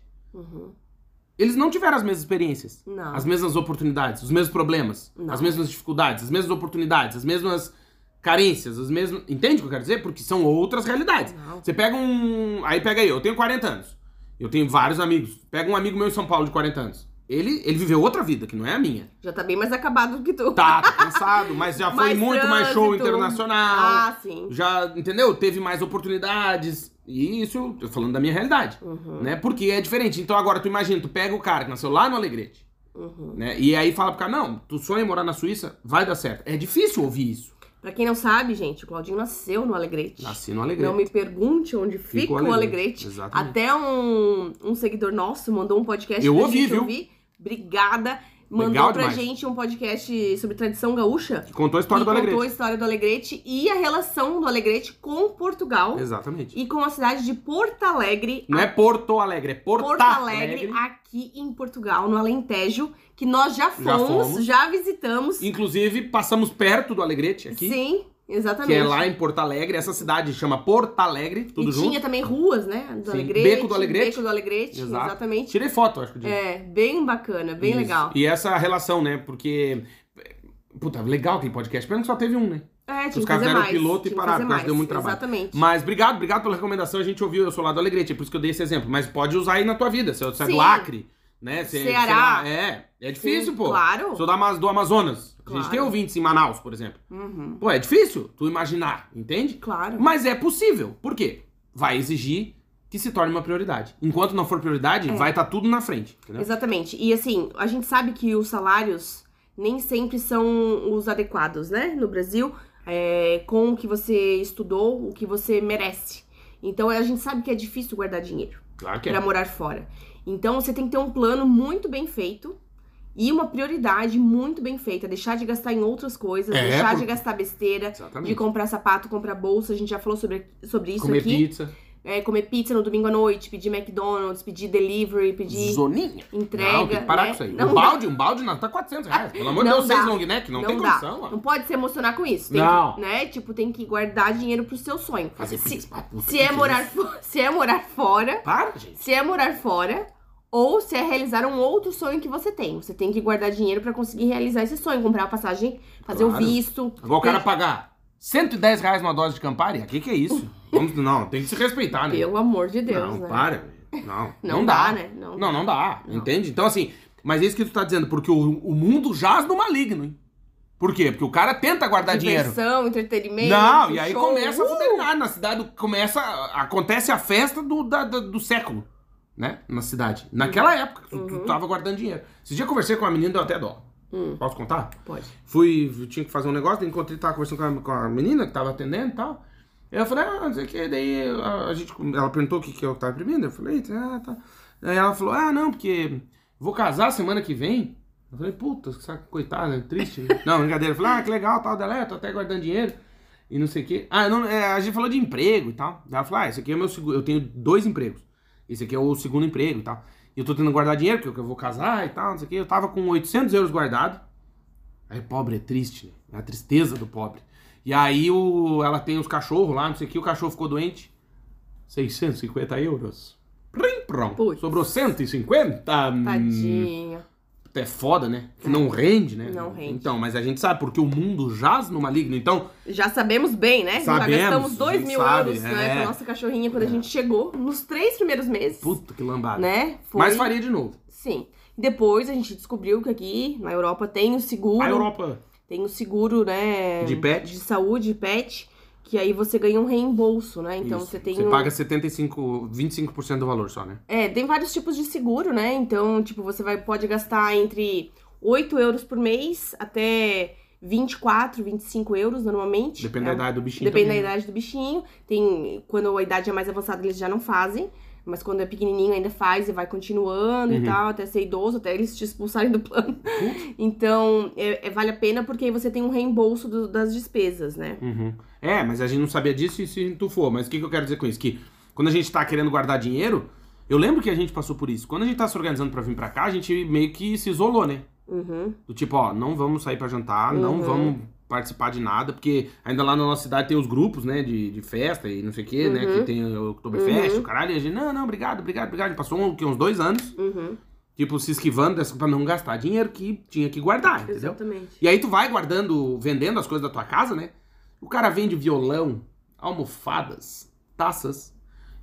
S1: eles não tiveram as mesmas experiências,
S6: Uhum. Não.
S1: as mesmas oportunidades, os mesmos problemas,
S6: Não.
S1: as mesmas dificuldades, as mesmas oportunidades, as mesmas carências, as mesmas... Entende o que eu quero dizer? Porque são outras realidades.
S6: Não.
S1: Você pega um... Aí pega aí, eu tenho 40 anos. Eu tenho vários amigos. Pega um amigo meu em São Paulo de 40 anos. Ele, ele viveu outra vida, que não é a minha.
S6: Já tá bem mais acabado do que tu.
S1: Tá, tá cansado, mas já foi
S6: Mais
S1: muito mais show
S6: trânsito.
S1: internacional.
S6: Ah, sim.
S1: Já, entendeu? Teve mais oportunidades. E isso, eu tô falando da minha realidade,
S6: Uhum.
S1: né? Porque é diferente. Então agora tu imagina, tu pega o cara que nasceu lá no Alegrete,
S6: Uhum.
S1: né? E aí fala pro cara, não, tu sonha em morar na Suíça, vai dar certo. É difícil ouvir isso.
S6: Pra quem não sabe, gente, o Claudinho nasceu no Alegrete.
S1: Nasci no Alegrete.
S6: Não me pergunte onde fica
S1: Fica o
S6: o
S1: Alegrete,
S6: Alegrete.
S1: exatamente.
S6: Até um, um seguidor nosso mandou um podcast
S1: Eu
S6: pra
S1: ouvi,
S6: gente
S1: viu?
S6: ouvir. Obrigada. Mandou
S1: Legal
S6: pra
S1: demais.
S6: gente um podcast sobre tradição gaúcha.
S1: Contou a história
S6: e
S1: do
S6: contou a
S1: Alegrete.
S6: história do Alegrete e a relação do Alegrete com Portugal.
S1: Exatamente.
S6: E com a cidade de Porto Alegre.
S1: Não é Porto Alegre, é Porta
S6: Porto Alegre, aqui em Portugal, no Alentejo, que nós já fomos,
S1: Já
S6: já,
S1: fomos.
S6: visitamos.
S1: Inclusive, passamos perto do Alegrete aqui.
S6: Sim, exatamente.
S1: Que é lá em Porto Alegre, essa cidade chama Porto Alegre, tudo
S6: e
S1: junto.
S6: tinha também ruas, né? Do
S1: Sim.
S6: Alegrete.
S1: Beco do Alegrete.
S6: Beco do Alegrete,
S1: Exato.
S6: exatamente.
S1: Tirei foto, acho que disso.
S6: É, bem bacana, bem
S1: Tipo, Isso.
S6: legal.
S1: E essa relação, né? Porque. Puta, legal aquele podcast. Pena que só teve um, né?
S6: É,
S1: Os
S6: tinha que
S1: caras
S6: fazer
S1: eram
S6: mais.
S1: piloto e
S6: tinha que
S1: pararam,
S6: fazer
S1: porque acho que deu
S6: mais,
S1: muito trabalho.
S6: Exatamente.
S1: Mas obrigado, obrigado pela recomendação. A gente ouviu Eu Sou Lá do Alegrete, é por isso que eu dei esse exemplo. Mas pode usar aí na tua vida. Se você é do
S6: Sim.
S1: Acre, né? Se,
S6: Ceará.
S1: sei lá, é, é difícil,
S6: Sim,
S1: pô.
S6: claro.
S1: Se eu do Ama- do Amazonas. A gente
S6: Claro.
S1: tem ouvintes em Manaus, por exemplo.
S6: Uhum,
S1: Pô, é difícil tu imaginar, entende?
S6: claro.
S1: Mas é possível. Por quê? Vai exigir que se torne uma prioridade. Enquanto não for prioridade,
S6: É.
S1: vai estar tudo na frente. Entendeu?
S6: Exatamente. E assim, a gente sabe que os salários nem sempre são os adequados, né? No Brasil, é, com o que você estudou, o que você merece. Então a gente sabe que é difícil guardar dinheiro.
S1: Claro que é.
S6: Pra morar fora. Então você tem que ter um plano muito bem feito e uma prioridade muito bem feita, deixar de gastar em outras coisas,
S1: É,
S6: deixar
S1: por-
S6: de gastar besteira,
S1: Exatamente.
S6: de comprar sapato, comprar bolsa, a gente já falou sobre, sobre isso
S1: Comer
S6: aqui.
S1: pizza.
S6: É, comer pizza no domingo à noite, pedir McDonald's, pedir delivery, pedir
S1: Zoninha.
S6: entrega,
S1: Não, tem que parar
S6: né?
S1: com isso aí.
S6: Não
S1: um
S6: dá.
S1: balde, um balde não, tá 400 reais. Pelo amor de
S6: Não
S1: Deus, seis
S6: dá.
S1: long neck, não, tem
S6: dá.
S1: condição, ó.
S6: Não pode se emocionar com isso. Tem
S1: Não.
S6: Que, né? Tipo, tem que guardar dinheiro pro seu sonho.
S1: Fazer
S6: se,
S1: pix pra puta
S6: se
S1: que
S6: é morar fo- se é morar fora,
S1: Para, gente.
S6: se é morar fora ou se é realizar um outro sonho que você tem. Você tem que guardar dinheiro pra conseguir realizar esse sonho, comprar a passagem, fazer
S1: Claro.
S6: o visto.
S1: Agora o cara pagar 110 reais uma dose de Campari, o que que é isso? Vamos, não, tem que se respeitar, né?
S6: Pelo amor de Deus,
S1: não,
S6: né?
S1: para. velho. Não,
S6: Não dá, né?
S1: Não,
S6: Não
S1: não, dá,
S6: Não.
S1: entende? Então, assim, mas é isso que tu tá dizendo, porque o, o mundo jaz no maligno, hein? Por quê? Porque o cara tenta guardar dinheiro.
S6: Diversão, entretenimento.
S1: Não, e aí
S6: show.
S1: começa a
S6: Uh!
S1: fuderinada na cidade, começa, acontece a festa do, da- da- do século, né, na cidade. Naquela época, tu,
S6: Uhum.
S1: tu tava guardando dinheiro. Esse dia eu conversei com uma menina, deu até dó.
S6: Hum.
S1: Posso contar?
S6: Uh, Pode.
S1: Fui, eu tinha que fazer um negócio, encontrei, tava conversando com a, com a menina que tava atendendo e tal. Eu falei, ah, não sei o que, daí a, a gente, ela perguntou o que que eu tava imprimindo, eu falei, ah, tá. Daí ela falou, ah, não, porque vou casar semana que vem. Eu falei, puta, que saco, coitada, triste. não, brincadeira. Eu falei, ah, que legal, tal, dela, é, tô até guardando dinheiro e não sei o quê. Ah, eu não, é, a gente falou de emprego e tal. Daí Ela falou, ah, esse aqui é o meu segundo, eu tenho dois empregos. Esse aqui é o segundo emprego e tal. E eu tô tentando guardar dinheiro, porque eu vou casar e tal, não sei o quê. Eu tava com 800 euros guardado. Aí pobre é triste, né? É a tristeza do pobre. E aí o, ela tem os cachorros lá, não sei o que, o cachorro ficou doente. 650 euros. Prim, prom.
S6: Putz.
S1: Sobrou 150.
S6: Tadinha.
S1: É foda, né? Que não rende, né?
S6: Não rende.
S1: Então, mas a gente sabe, porque o mundo jaz no maligno. Então,
S6: Já sabemos bem, né?
S1: Sabemos,
S6: Já gastamos
S1: a
S6: 2
S1: gente
S6: mil
S1: sabe,
S6: euros
S1: é.
S6: né, pra nossa cachorrinha quando a gente chegou, nos três primeiros meses.
S1: puta que lambada.
S6: Né? Foi-
S1: Mas faria de novo.
S6: Sim. Depois a gente descobriu que aqui na Europa tem o seguro.
S1: A Europa.
S6: Tem o seguro, né?
S1: De pet?
S6: De saúde, pet. Que aí você ganha um reembolso, né? Então
S1: Isso.
S6: você tem
S1: Você
S6: um...
S1: paga 75, 25% do valor só, né?
S6: É, tem vários tipos de seguro, né? Então, tipo, você vai, pode gastar entre 8 euros por mês até 24, 25 euros normalmente.
S1: Depende
S6: É,
S1: da idade do bichinho.
S6: Depende da
S1: também, né?
S6: idade do bichinho. Tem, quando a idade é mais avançada, eles já não fazem. Mas quando é pequenininho, ainda faz e vai continuando
S1: Uhum.
S6: e tal, até ser idoso, até eles te expulsarem do plano. Então, é- é- vale a pena porque aí você tem um reembolso do- das despesas, né?
S1: Uhum. É, mas a gente não sabia disso e se tu for. Mas o que, que eu quero dizer com isso? Que quando a gente tá querendo guardar dinheiro, eu lembro que a gente passou por isso. Quando a gente tá se organizando pra vir pra cá, a gente meio que se isolou, né?
S6: Uhum.
S1: Do tipo, ó, não vamos sair pra jantar, não
S6: Uhum.
S1: vamos participar de nada, porque ainda lá na nossa cidade tem os grupos, né, de, de festa e não sei o quê, né,
S6: Uhum.
S1: que tem o Oktoberfest, o caralho, e a gente, não, não, obrigado, obrigado, obrigado. A gente passou um- o quê, uns dois anos,
S6: Uhum,
S1: tipo, se esquivando dessa, pra não gastar dinheiro que tinha que guardar, entendeu?
S6: exatamente.
S1: E aí tu vai guardando, vendendo as coisas da tua casa, né? O cara vende violão, almofadas, taças,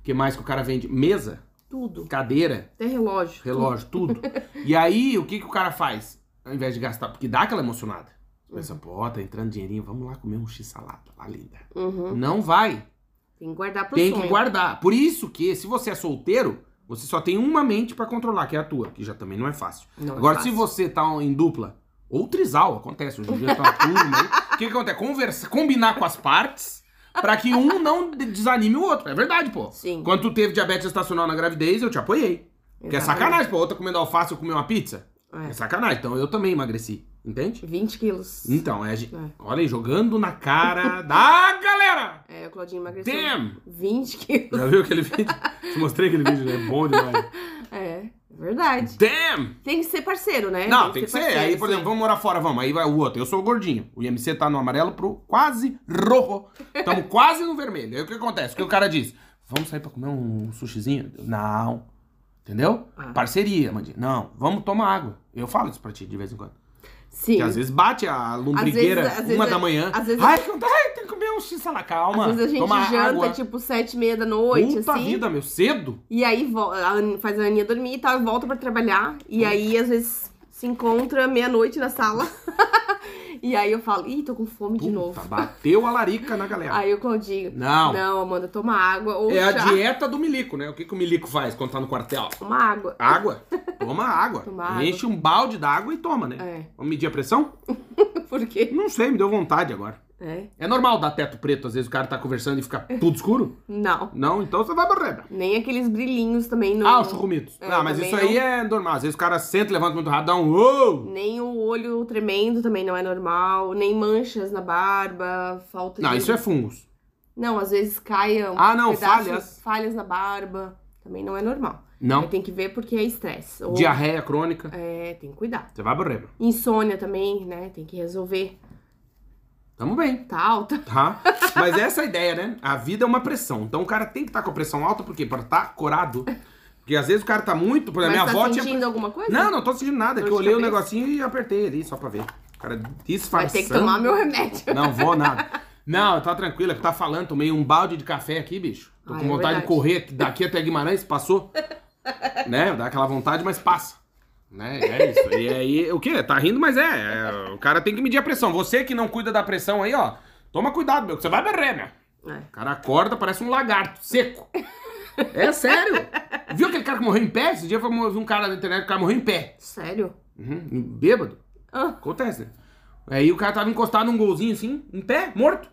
S1: que mais que o cara vende? Mesa,
S6: Tudo.
S1: cadeira,
S6: Até relógio.
S1: relógio, tudo. E aí, o que, que o cara faz? Ao invés de gastar, porque dá aquela emocionada. Você Pensa, pô, tá entrando dinheirinho, vamos lá comer um x-salada lá, linda.
S6: Uhum.
S1: Não vai.
S6: Tem que guardar pro
S1: Tem
S6: sonho.
S1: que guardar. Por isso que, se você é solteiro, você só tem uma mente pra controlar, que é a tua, que já também não é fácil.
S6: Não é
S1: Agora,
S6: fácil.
S1: se você tá em dupla, ou trisal, acontece, hoje em dia tá uma turma aí. O que, que acontece? Conversa, combinar com as partes pra que um não de- desanime o outro. É verdade, pô.
S6: Sim.
S1: Quando tu teve diabetes gestacional na gravidez, eu te apoiei. Porque é
S6: Exatamente.
S1: sacanagem, pô. Outra comendo alface, eu comer uma pizza. É.
S6: É.
S1: sacanagem. Então eu também emagreci, entende?
S6: 20 É. quilos.
S1: Então, é, a gente-
S6: É.
S1: olha aí, jogando na cara da galera!
S6: É, o Claudinho emagreceu.
S1: Damn!
S6: 20 quilos.
S1: Já viu aquele vídeo? Te mostrei aquele vídeo, né? Bom demais.
S6: É, é verdade.
S1: Damn!
S6: Tem que ser parceiro, né?
S1: Não, tem que ser.
S6: parceiro,
S1: Aí, por
S6: sim.
S1: exemplo, vamos morar fora, vamos. Aí vai o outro. Eu sou o gordinho. O IMC tá no amarelo pro quase rojo. Tamo quase no vermelho. Aí o que acontece? O que o cara diz? Vamos sair pra comer um sushizinho? Eu, Não. Entendeu?
S6: Ah.
S1: Parceria, Mandinha. Não, vamos tomar água. Eu falo isso pra ti de vez em quando.
S6: Sim.
S1: Porque às vezes bate a lombrigueira
S6: vezes- às vezes
S1: uma
S6: é-
S1: da manhã.
S6: às vezes-
S1: Ai, que vontade, ai, tem que comer um x-salá. Calma.
S6: Às vezes a gente
S1: toma
S6: janta,
S1: água.
S6: tipo, sete e meia da noite,
S1: Puta
S6: assim.
S1: vida, meu. Cedo?
S6: E aí vo- a An- faz a Aninha dormir e tal, e volta pra trabalhar. E aí, às vezes, se encontra meia-noite na sala. e aí eu falo, ih, tô com fome de
S1: Puta,
S6: novo.
S1: Bateu a larica na galera.
S6: Aí o Claudinho,
S1: Não.
S6: não, Amanda, toma água ou
S1: É a
S6: chá.
S1: dieta do milico, né? O que, que o milico faz quando tá no quartel?
S6: Toma água.
S1: Água. Toma água.
S6: Toma água.
S1: Enche um balde d'água e toma, né?
S6: É.
S1: Vamos medir a pressão?
S6: Por quê?
S1: Não sei, me deu vontade agora.
S6: É.
S1: É normal dar teto preto, às vezes o cara tá conversando e fica tudo escuro?
S6: Não.
S1: Não, então você vai morrer.
S6: Nem aqueles brilhinhos também não.
S1: Ah, os churrumitos.
S6: É,
S1: ah, mas
S6: também
S1: isso aí
S6: não.
S1: é normal. Às vezes o cara senta, levanta muito rápido, dá um uou!
S6: Nem o olho tremendo também não é normal. Nem manchas na barba, falta
S1: Não,
S6: de...
S1: isso é fungos.
S6: Não, às vezes caiam
S1: Ah, não,
S6: pedaços-
S1: falhas.
S6: falhas na barba. Também não é normal.
S1: Não.
S6: Aí Tem que ver porque é estresse. Ou-
S1: Diarreia crônica.
S6: É, tem que cuidar.
S1: Você vai morrer.
S6: Insônia também, né? Tem que resolver.
S1: Tamo bem.
S6: Tá alta.
S1: Tá? Mas essa é a ideia, né? A vida é uma pressão. Então o cara tem que estar com a pressão alta, por quê? Pra estar corado. Porque às vezes o cara tá muito. Por
S6: Mas
S1: exemplo, minha
S6: tá
S1: avó
S6: sentindo
S1: tinha.
S6: alguma coisa?
S1: Não, não tô sentindo nada. É
S6: Dor de
S1: que eu olhei o
S6: cabeça?
S1: negocinho e apertei ali só pra ver. O cara
S6: Vai
S1: disfarçando.
S6: ter que tomar meu remédio.
S1: Não vou nada. Não, tá tranquila, que tá falando. Tomei um balde de café aqui, bicho. Tô
S6: Ah,
S1: com
S6: é
S1: vontade de
S6: verdade.
S1: correr daqui até Guimarães, passou. né? Dá aquela vontade, mas passa. Né? É isso. E aí, o quê? Tá rindo, mas é, é, O cara tem que medir a pressão. Você que não cuida da pressão aí, ó. Toma cuidado, meu, que você vai morrer, meu.
S6: É.
S1: O cara acorda, parece um lagarto, seco. É sério. Viu aquele cara que morreu em pé? Esse dia foi eu vi um cara na internet que o cara morreu em pé.
S6: Sério?
S1: Uhum, bêbado.
S6: Ah,
S1: Acontece, né? Aí o cara tava encostado num golzinho assim, em pé, morto.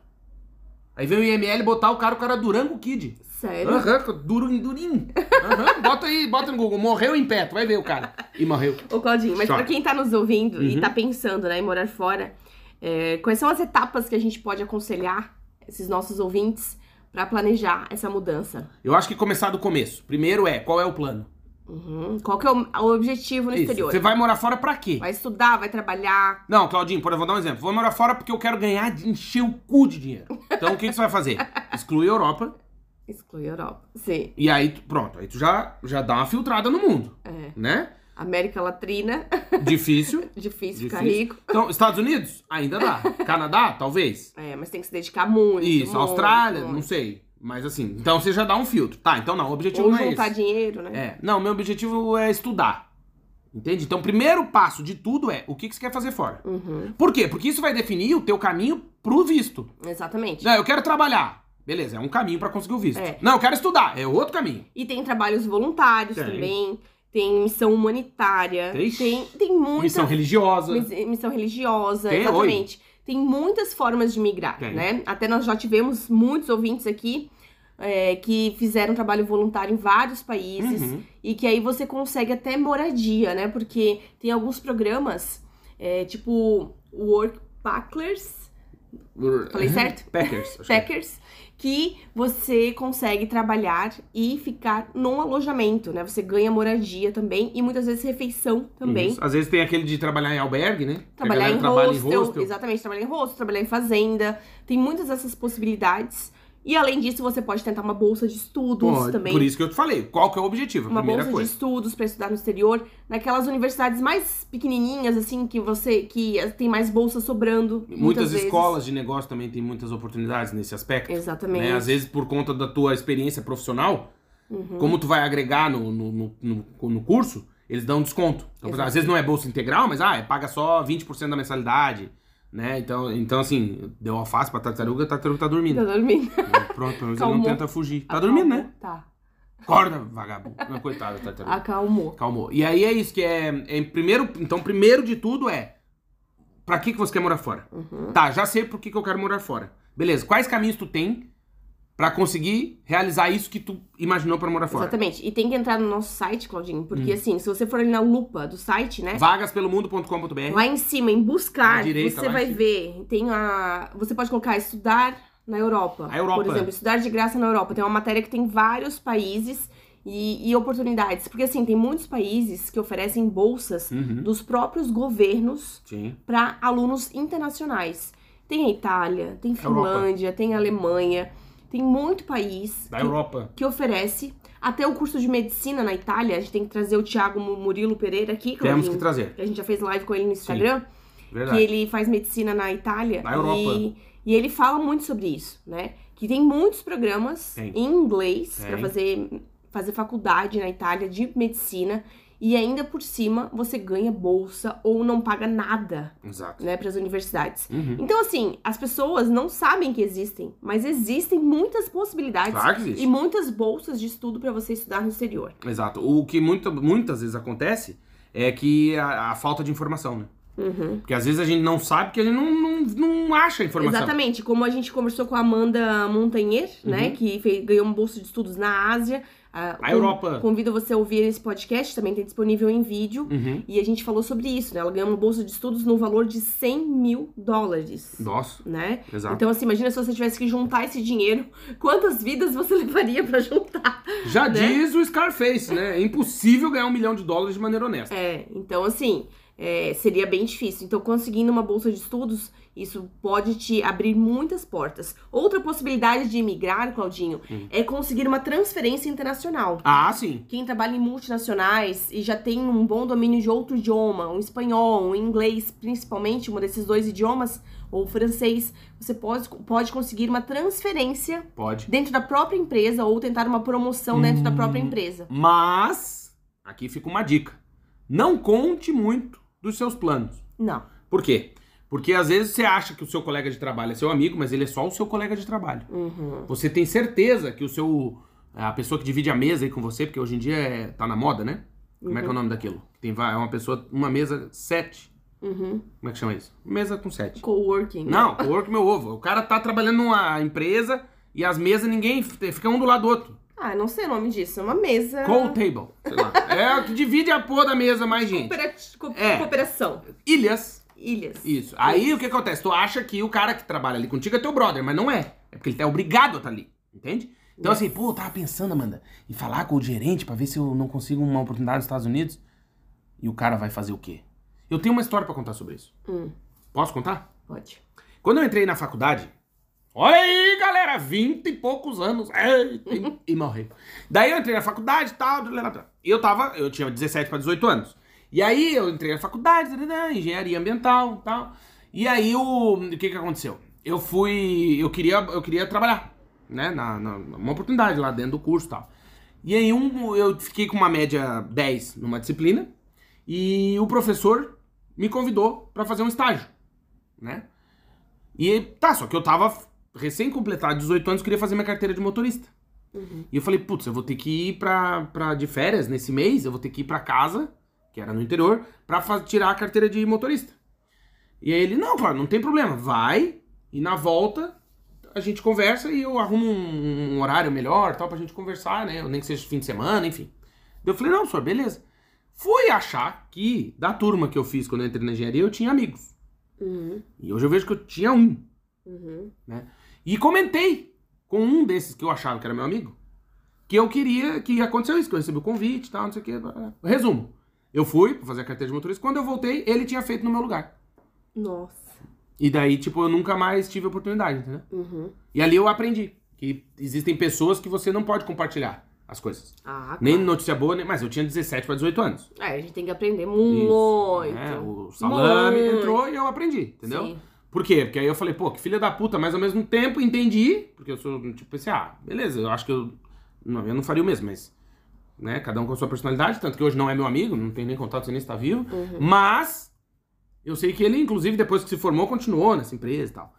S1: Aí veio o IML botar o cara, o cara Durango Kid.
S6: sério?
S1: Aham, durinho, durinho. Aham, bota aí, bota no Google. Morreu em pé, tu vai ver o cara. E morreu.
S6: Ô, Claudinho, mas
S1: Choque.
S6: pra quem tá nos ouvindo e
S1: Uhum.
S6: tá pensando, né, em morar fora, é, quais são as etapas que a gente pode aconselhar esses nossos ouvintes pra planejar essa mudança?
S1: Eu acho que começar do começo. Primeiro é, qual é o plano?
S6: Uhum. Qual que é o, o objetivo no
S1: Isso,
S6: exterior?
S1: Você vai morar fora pra quê?
S6: Vai estudar, vai trabalhar.
S1: Não, Claudinho, por exemplo, vou dar um exemplo. Vou morar fora porque eu quero ganhar, de encher o cu de dinheiro. Então o que, que você vai fazer? Exclui a Europa
S6: Exclui a Europa. Sim.
S1: e aí, tu- pronto, aí tu já, já dá uma filtrada no mundo,
S6: É.
S1: né?
S6: América Latrina,
S1: Difícil.
S6: difícil
S1: Difícil.
S6: ficar rico.
S1: Então, Estados Unidos? Ainda dá. Canadá? Talvez.
S6: É, mas tem que se dedicar muito.
S1: Isso,
S6: muito,
S1: Austrália?
S6: muito.
S1: Não sei. Mas assim, então você já dá um filtro. Tá, então não, o objetivo
S6: Ou
S1: não é
S6: juntar
S1: esse.
S6: dinheiro, né?
S1: É, não, meu objetivo é estudar. Entende? Então, o primeiro passo de tudo é o que, que você quer fazer fora.
S6: Uhum,
S1: Por quê? Porque isso vai definir o teu caminho pro visto.
S6: exatamente.
S1: Não, eu quero trabalhar. Beleza, é um caminho pra conseguir o visto.
S6: É.
S1: Não, eu quero estudar. É outro caminho.
S6: E tem trabalhos voluntários
S1: Tem.
S6: também, tem missão humanitária,
S1: Tem-
S6: tem, tem muita
S1: Missão religiosa.
S6: mis- missão religiosa,
S1: Tem,
S6: exatamente. Tem muitas formas de migrar,
S1: Tem.
S6: né? Até nós já tivemos muitos ouvintes aqui é, que fizeram trabalho voluntário em vários países
S1: Uhum.
S6: e que aí você consegue até moradia, né? Porque tem alguns programas, é, tipo o Work Packlers, Falei certo?
S1: Uhum. Packers. acho que é.
S6: Packers, que você consegue trabalhar e ficar num alojamento, né? Você ganha moradia também e muitas vezes refeição também.
S1: Isso. Às vezes tem aquele de trabalhar em albergue, né? Que a
S6: Trabalhar
S1: galera
S6: em,
S1: trabalha
S6: hostel, exatamente, trabalhar em hostel, trabalhar em fazenda, tem muitas dessas possibilidades. E além disso, você pode tentar uma bolsa de estudos
S1: Pô,
S6: também.
S1: Por isso que eu te falei. Qual que é o objetivo? A
S6: uma
S1: primeira
S6: bolsa de
S1: coisa.
S6: estudos pra estudar no exterior, naquelas universidades mais pequenininhas assim que você que eh, tem mais bolsa sobrando,
S1: Muitas
S6: vezes.
S1: escolas de negócio também têm muitas oportunidades nesse aspecto.
S6: Exatamente.
S1: né? Às vezes, por conta da tua experiência profissional,
S6: Uhum.
S1: como tu vai agregar no, no, no, no- no curso, eles dão desconto. Então, por exemplo, às vezes não é bolsa integral, mas ah, é paga só 20% da mensalidade. Né? Então, então, assim, deu alface pra tartaruga, a tartaruga tá dormindo.
S6: Tá dormindo.
S1: Pronto, pelo menos ele não
S6: Calmou.
S1: tenta fugir. Tá dormindo, né?
S6: Tá.
S1: Acorda, vagabundo. Não, coitado, da tartaruga.
S6: Acalmou.
S1: Calmou. E aí é isso que é, é primeiro, então primeiro de tudo é pra que que você quer morar fora?
S6: Uhum.
S1: Tá, já sei por que que eu quero morar fora. Beleza, quais caminhos tu tem pra conseguir realizar isso que tu imaginou pra morar fora? Hum.
S6: Exatamente. E tem que entrar no nosso site, Claudinho, porque assim, se você for ali na lupa do site, né?
S1: Vagaspelomundo.com.br.
S6: Lá em cima, em buscar,
S1: Na É. direita,
S6: você
S1: lá em
S6: vai
S1: cima.
S6: ver. Tem a. Você pode colocar estudar na Europa.
S1: A Europa.
S6: Por exemplo, estudar de graça na Europa. Tem uma matéria que tem vários países e, e oportunidades. Porque assim, tem muitos países que oferecem bolsas
S1: Uhum.
S6: dos próprios governos
S1: Sim.
S6: para alunos internacionais. Tem a Itália, tem Finlândia, tem a Alemanha, tem muito país
S1: Da
S6: que-
S1: Europa.
S6: que oferece. Até o curso de medicina na Itália, a gente tem que trazer o Thiago Mu- Murilo Pereira aqui,
S1: Temos
S6: Claudinho,
S1: que trazer.
S6: que é um a gente já fez live com ele no Instagram, que
S1: Verdade.
S6: ele faz medicina na Itália.
S1: Na Europa.
S6: E, e ele fala muito sobre isso, né? Que tem muitos programas
S1: Tem.
S6: em inglês para
S1: Tem.
S6: fazer, fazer faculdade na Itália de medicina. E ainda por cima, você ganha bolsa ou não paga nada,
S1: Exato.
S6: né, para as universidades.
S1: Uhum.
S6: Então, assim, as pessoas não sabem que existem, mas existem muitas possibilidades
S1: Claro que existe.
S6: e muitas bolsas de estudo pra você estudar no exterior.
S1: Exato. O que muita- muitas vezes acontece é que a, a falta de informação, né?
S6: Uhum.
S1: Porque às vezes a gente não sabe porque a gente não, não, não acha a informação.
S6: Exatamente, como a gente conversou com a Amanda Montanher, né, que fe- ganhou um bolso de estudos na Ásia. A,
S1: Uhum. A Europa.
S6: Convido você a ouvir esse podcast, também tem disponível em vídeo.
S1: Uhum.
S6: E a gente falou sobre isso, né? Ela ganhou uma bolsa de estudos no valor de 100 mil dólares.
S1: Nossa,
S6: Né?
S1: exato.
S6: Então, assim, imagina se você tivesse que juntar esse dinheiro, quantas vidas você levaria pra juntar?
S1: Já
S6: né?
S1: diz o Scarface, né? É impossível ganhar um milhão de dólares de maneira honesta.
S6: É, então assim, é, seria bem difícil. Então, conseguindo uma bolsa de estudos, isso pode te abrir muitas portas. Outra possibilidade de emigrar, Claudinho, é conseguir uma transferência internacional.
S1: Ah, sim.
S6: Quem trabalha em multinacionais e já tem um bom domínio de outro idioma, um espanhol, um inglês, principalmente um desses dois idiomas, ou francês, você pode, pode conseguir uma transferência
S1: Pode.
S6: dentro da própria empresa ou tentar uma promoção dentro da própria
S1: Hum.
S6: empresa.
S1: Mas, aqui fica uma dica. Não conte muito dos seus planos.
S6: Não.
S1: Por quê? Porque às vezes você acha que o seu colega de trabalho é seu amigo, mas ele é só o seu colega de trabalho.
S6: Uhum.
S1: Você tem certeza que o seu. A pessoa que divide a mesa aí com você, porque hoje em dia é, tá na moda, né? Como é que é o nome daquilo? Tem va- é uma pessoa, uma mesa sete.
S6: Uhum.
S1: Como é que chama isso? Mesa com sete.
S6: Coworking.
S1: Não, work meu ovo. O cara tá trabalhando numa empresa e as mesas ninguém f- fica um do lado do outro.
S6: Ah, não sei o nome disso. É uma mesa.
S1: Call table, sei lá. É o que divide a porra da mesa mais gente.
S6: Cooperati- co-
S1: É.
S6: Cooperação.
S1: Ilhas.
S6: Ilhas.
S1: Isso. Aí o que acontece? Tu acha que o cara que trabalha ali contigo é teu brother, mas não é. É porque ele tá obrigado a estar ali, entende? Então assim, pô, eu tava pensando, Amanda, em falar com o gerente pra ver se eu não consigo uma oportunidade nos Estados Unidos. E o cara vai fazer o quê? Eu tenho uma história pra contar sobre isso.
S6: Hum.
S1: Posso contar?
S6: Pode.
S1: Quando eu entrei na faculdade, olha aí, galera, vinte e poucos anos, eita, e, e morri. Daí eu entrei na faculdade e tal, blá, blá, blá. eu tava, eu tinha 17 para 18 anos. E aí eu entrei na faculdade, blá, blá, engenharia ambiental e tal. E aí o, o que que aconteceu? Eu fui, eu queria, eu queria trabalhar, né, na, na- uma oportunidade lá dentro do curso e tal. E aí um, eu fiquei com uma média 10 numa disciplina e o professor me convidou para fazer um estágio, né? E tá, só que eu tava recém completado 18 anos, queria fazer minha carteira de motorista. E eu falei, putz, eu vou ter que ir pra, pra, de férias nesse mês, eu vou ter que ir pra casa, que era no interior, pra fa- tirar a carteira de motorista. E aí ele, não, claro, não tem problema, vai e na volta a gente conversa e eu arrumo um, um horário melhor, tal, pra gente conversar, né? Nem que seja fim de semana, enfim. Daí Eu falei, não, senhor, beleza. Fui achar que da turma que eu fiz quando eu entrei na engenharia eu tinha amigos.
S6: Uhum.
S1: E hoje eu vejo que eu tinha um.
S6: Uhum.
S1: né? E comentei com um desses que eu achava que era meu amigo, que eu queria, que aconteceu isso, que eu recebi o convite e tal, não sei o quê. blá, blá, blá. Resumo, eu fui pra fazer a carteira de motorista, quando eu voltei, ele tinha feito no meu lugar.
S6: Nossa.
S1: E daí, tipo, eu nunca mais tive oportunidade, entendeu?
S6: Uhum.
S1: E ali eu aprendi que existem pessoas que você não pode compartilhar as coisas.
S6: Ah, claro.
S1: Nem notícia boa, nem... mas eu tinha 17 para 18 anos.
S6: É, a gente tem que aprender
S1: Isso,
S6: muito.
S1: né? O salame
S6: Muito.
S1: entrou e eu aprendi, entendeu?
S6: Sim.
S1: Por quê? Porque aí eu falei, pô, que filha da puta, mas ao mesmo tempo entendi, porque eu sou, tipo, pensei, ah, beleza, eu acho que eu. Não, eu não faria o mesmo, mas. Né, cada um com a sua personalidade, tanto que hoje não é meu amigo, não tem nem contato, sei nem se tá vivo.
S6: Uhum.
S1: Mas. Eu sei que ele, inclusive, depois que se formou, continuou nessa empresa e tal.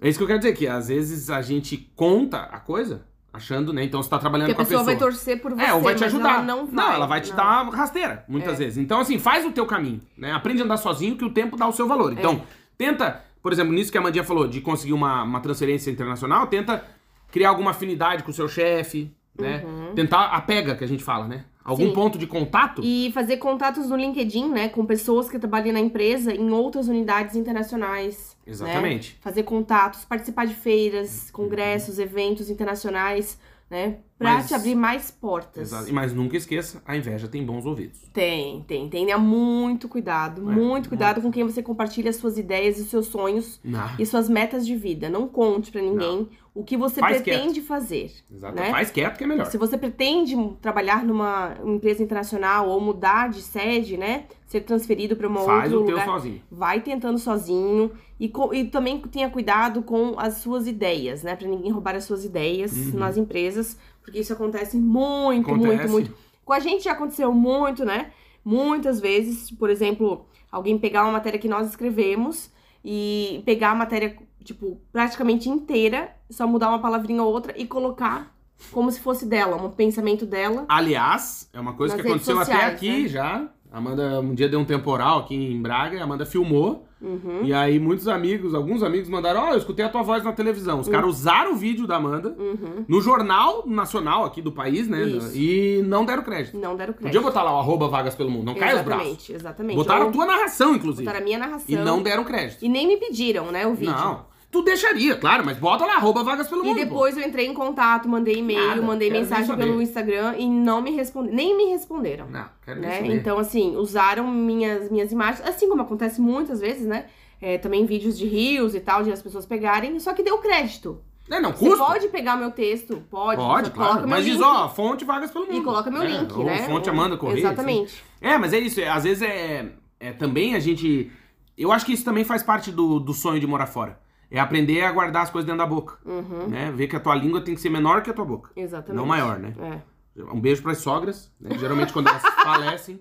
S1: É isso que eu quero dizer, que às vezes a gente conta a coisa, achando, né? Então você tá trabalhando
S6: Que a
S1: com a
S6: pessoa
S1: pessoa.
S6: vai torcer por você.
S1: É, ou vai te
S6: mas
S1: ajudar.
S6: Ela não, vai.
S1: ela vai te
S6: não. É.
S1: dar rasteira, muitas vezes. Então, assim, faz o teu caminho, né? Aprende a andar sozinho que o tempo dá o seu
S6: É.
S1: valor. Então, tenta, por exemplo, nisso que a Mandinha falou, de conseguir uma, uma transferência internacional, tenta criar alguma afinidade com o seu chefe, né? Tentar a pega que a gente fala, né? Algum
S6: Uhum. Sim.
S1: ponto de contato.
S6: E fazer contatos no LinkedIn, né? Com pessoas que trabalham na empresa em outras unidades internacionais. né?
S1: Exatamente. Uhum.
S6: Fazer contatos, participar de feiras, congressos, eventos internacionais, né? Pra
S1: Mas-
S6: te abrir mais portas.
S1: Exato. Mas nunca esqueça, a inveja tem bons ouvidos.
S6: Tem, tem, tem. Tenha muito cuidado,
S1: É,
S6: muito cuidado com quem você compartilha as suas ideias e os seus sonhos
S1: Ah,
S6: e suas metas de vida. Não conte pra ninguém o que você
S1: Faz
S6: pretende fazer.
S1: Exato.
S6: né?
S1: Faz quieto que é melhor.
S6: Se você pretende trabalhar numa empresa internacional ou mudar de sede, né? Ser transferido para um
S1: Faz
S6: outro
S1: o teu
S6: lugar.
S1: sozinho.
S6: Vai tentando sozinho e, co- e também tenha cuidado com as suas ideias, né? Pra ninguém roubar as suas ideias
S1: Uhum.
S6: nas empresas, porque isso acontece muito,
S1: Acontece.
S6: muito, muito. Com a gente já aconteceu muito, né? Muitas vezes, por exemplo, alguém pegar uma matéria que nós escrevemos e pegar a matéria, tipo, praticamente inteira, só mudar uma palavrinha ou outra e colocar como se fosse dela, um pensamento dela.
S1: Aliás, é uma coisa
S6: Nas
S1: que
S6: redes
S1: aconteceu até
S6: sociais,
S1: aqui
S6: né?
S1: já. Amanda, um dia deu um temporal aqui em Braga, a Amanda filmou.
S6: Uhum.
S1: E aí muitos amigos, alguns amigos mandaram, ó, eu escutei a tua voz na televisão.
S6: Hum.
S1: Os caras usaram o vídeo da Amanda
S6: Uhum.
S1: no jornal nacional aqui do país, né?
S6: Isso.
S1: E não deram crédito.
S6: Não deram crédito.
S1: Podia botar lá o arroba vagas pelo mundo, não cai os braços.
S6: Exatamente, exatamente.
S1: Botaram a
S6: Ou
S1: tua narração, inclusive.
S6: botaram a minha narração.
S1: E não deram crédito.
S6: E nem me pediram, né, o vídeo.
S1: Não. Tu deixaria, claro, mas bota lá arroba vagas pelo
S6: E
S1: mundo. pô.
S6: depois eu entrei em contato, mandei e-mail,
S1: Nada,
S6: mandei
S1: quero nem
S6: mensagem
S1: saber.
S6: pelo Instagram e não me responderam. Nem me responderam.
S1: Não, quero nem
S6: né?
S1: saber.
S6: Então, assim, usaram minhas, minhas imagens, assim como acontece muitas vezes, né? É, também vídeos de rios e tal, de as pessoas pegarem, só que deu crédito.
S1: É, não,
S6: Você
S1: custa.
S6: pode pegar meu texto, pode,
S1: Pode,
S6: só coloca
S1: claro.
S6: meu
S1: Mas
S6: link
S1: diz, ó, fonte vagas pelo mundo.
S6: e coloca meu
S1: É,
S6: link,
S1: ou
S6: né?
S1: fonte
S6: Ou-
S1: Amanda Corrêa. enfim.
S6: Exatamente.
S1: É, mas é isso. é, Às vezes é, é também a gente... Eu acho que isso também faz parte do, do sonho de morar fora. É aprender a guardar as coisas dentro da boca,
S6: Uhum,
S1: né? Ver que a tua língua tem que ser menor que a tua boca.
S6: exatamente.
S1: Não maior, né?
S6: É.
S1: Um beijo pras sogras, né? Que Geralmente quando elas falecem,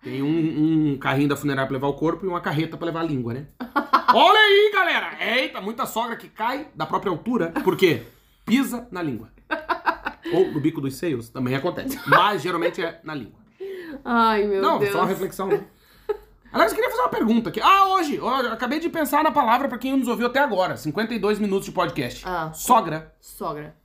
S1: tem um, um carrinho da funerária pra levar o corpo e uma carreta pra levar a língua, né? Olha aí, galera! Eita, muita sogra que cai da própria altura, porque pisa na língua. Ou no bico dos seios, também acontece. Mas geralmente é na língua.
S6: Ai, meu
S1: Não,
S6: Deus.
S1: só uma reflexão, né? Aliás, eu queria fazer uma pergunta aqui. Ah, hoje! ó, eu acabei de pensar na palavra pra quem nos ouviu até agora. 52 minutos de podcast.
S6: Ah.
S1: Sogra.
S6: Sogra.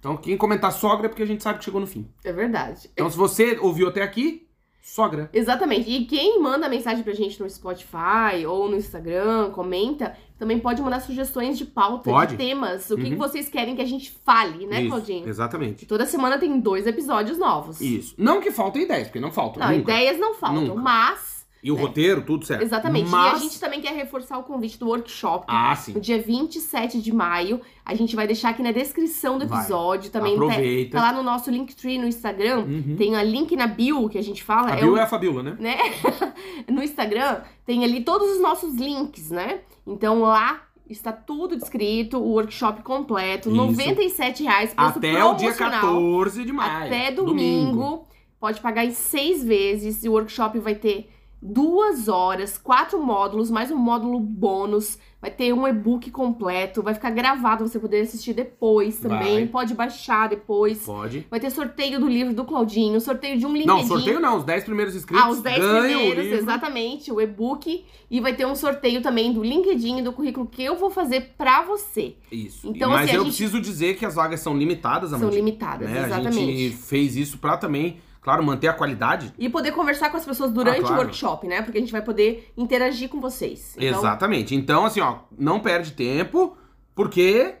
S1: Então, quem comentar sogra é porque a gente sabe que chegou no fim.
S6: É verdade.
S1: Então, se você ouviu até aqui, sogra.
S6: Exatamente. E quem manda mensagem pra gente no Spotify ou no Instagram, comenta, também pode mandar sugestões de pauta,
S1: Pode.
S6: de temas, o que
S1: Uhum.
S6: que vocês querem que a gente fale, né,
S1: Isso,
S6: Claudinho?
S1: Exatamente.
S6: Toda semana tem dois episódios novos.
S1: Isso. Não que faltem ideias, porque não faltam.
S6: Não,
S1: nunca.
S6: ideias não faltam,
S1: Nunca.
S6: mas.
S1: E o roteiro, tudo certo.
S6: Exatamente.
S1: Mas...
S6: E a gente também quer reforçar o convite do workshop.
S1: Ah, sim.
S6: No dia 27 de maio, a gente vai deixar aqui na descrição do
S1: Vai.
S6: episódio. Também tá-
S1: Aproveita.
S6: tá, lá no nosso Linktree no Instagram.
S1: Uhum.
S6: Tem a link na bio que a gente fala. é
S1: A
S6: o
S1: Bill é a Fabiola, né?
S6: né? no Instagram tem ali todos os nossos links, né? Então lá está tudo descrito, o workshop completo, R$
S1: Isso.
S6: 97 reais preço
S1: Até o dia
S6: promocional,
S1: 14 de maio.
S6: até domingo. Pode pagar em seis vezes e o workshop vai ter duas horas, quatro módulos, mais um módulo bônus. Vai ter um e-book completo, vai ficar gravado, você poder assistir depois também,
S1: Vai.
S6: pode baixar depois.
S1: Pode.
S6: Vai ter sorteio do livro do Claudinho, sorteio de um LinkedIn.
S1: Não, sorteio não. Os 10 primeiros inscritos
S6: Ah, os 10
S1: ganham o
S6: primeiros,
S1: livro.
S6: exatamente, o e-book. E vai ter um sorteio também do LinkedIn e do currículo que eu vou fazer pra você.
S1: Isso.
S6: Então,
S1: Mas
S6: assim, a
S1: eu
S6: gente-
S1: preciso dizer que as vagas são limitadas,
S6: São
S1: Amandinha.
S6: limitadas,
S1: né?
S6: exatamente.
S1: A gente fez isso pra também, claro, manter a qualidade.
S6: E poder conversar com as pessoas durante
S1: Ah, claro.
S6: o workshop, né? Porque a gente vai poder interagir com vocês. Então,
S1: Exatamente. Então, assim, ó, não perde tempo. Porque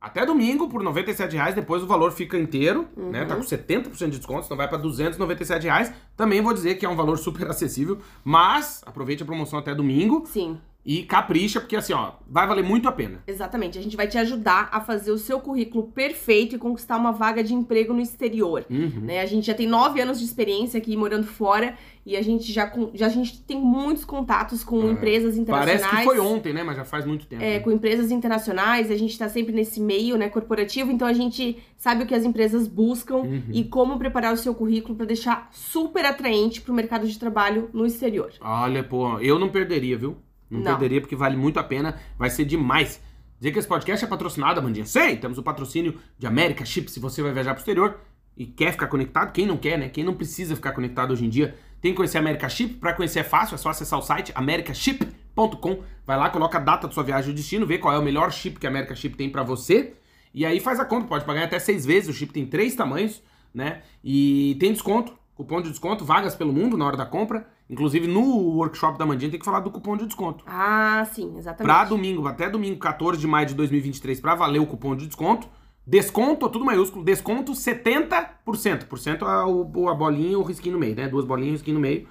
S1: até domingo, por R$ 97 reais, depois o valor fica inteiro, né?
S6: Uhum.
S1: Tá com 70% de desconto, então vai pra R$ 297 reais. Também vou dizer que é um valor super acessível, mas aproveite a promoção até domingo
S6: Sim,
S1: e capricha, porque assim, ó, vai valer muito a pena.
S6: exatamente. A gente vai te ajudar a fazer o seu currículo perfeito e conquistar uma vaga de emprego no exterior.
S1: Uhum.
S6: né? A gente já tem nove anos de experiência aqui morando fora e a gente já, com- já a gente tem muitos contatos com empresas internacionais.
S1: É. Parece que foi ontem, né? Mas já faz muito tempo.
S6: é,
S1: né?
S6: com empresas internacionais, a gente tá sempre nesse meio, né, corporativo, então a gente sabe o que as empresas buscam
S1: Uhum.
S6: e como preparar o seu currículo pra deixar super atraente pro mercado de trabalho no exterior.
S1: Olha, pô, eu não perderia, viu? Não,
S6: Não.
S1: perderia, porque vale muito a pena, vai ser demais. Dizer que esse podcast é patrocinado, Bandinha. Sei, temos o patrocínio de América Chip, se você vai viajar pro exterior e quer ficar conectado, quem não quer, né? Quem não precisa ficar conectado hoje em dia, tem que conhecer a América Chip. Pra conhecer é fácil, é só acessar o site americaship.com. Vai lá, coloca a data da sua viagem e o destino, vê qual é o melhor chip que a América Chip tem pra você. E aí faz a compra, pode pagar em até seis vezes, o chip tem três tamanhos, né? E tem desconto, cupom de desconto, vagas pelo mundo na hora da compra. Inclusive no workshop da Mandinha tem que falar do cupom de desconto.
S6: Ah, sim, exatamente.
S1: Pra domingo, até domingo, 14 de maio de 2023, pra valer o cupom de desconto. Desconto, tudo maiúsculo, desconto 70%. Por cento é o- a bolinha e o risquinho no meio, né? Duas bolinhas e o risquinho no meio.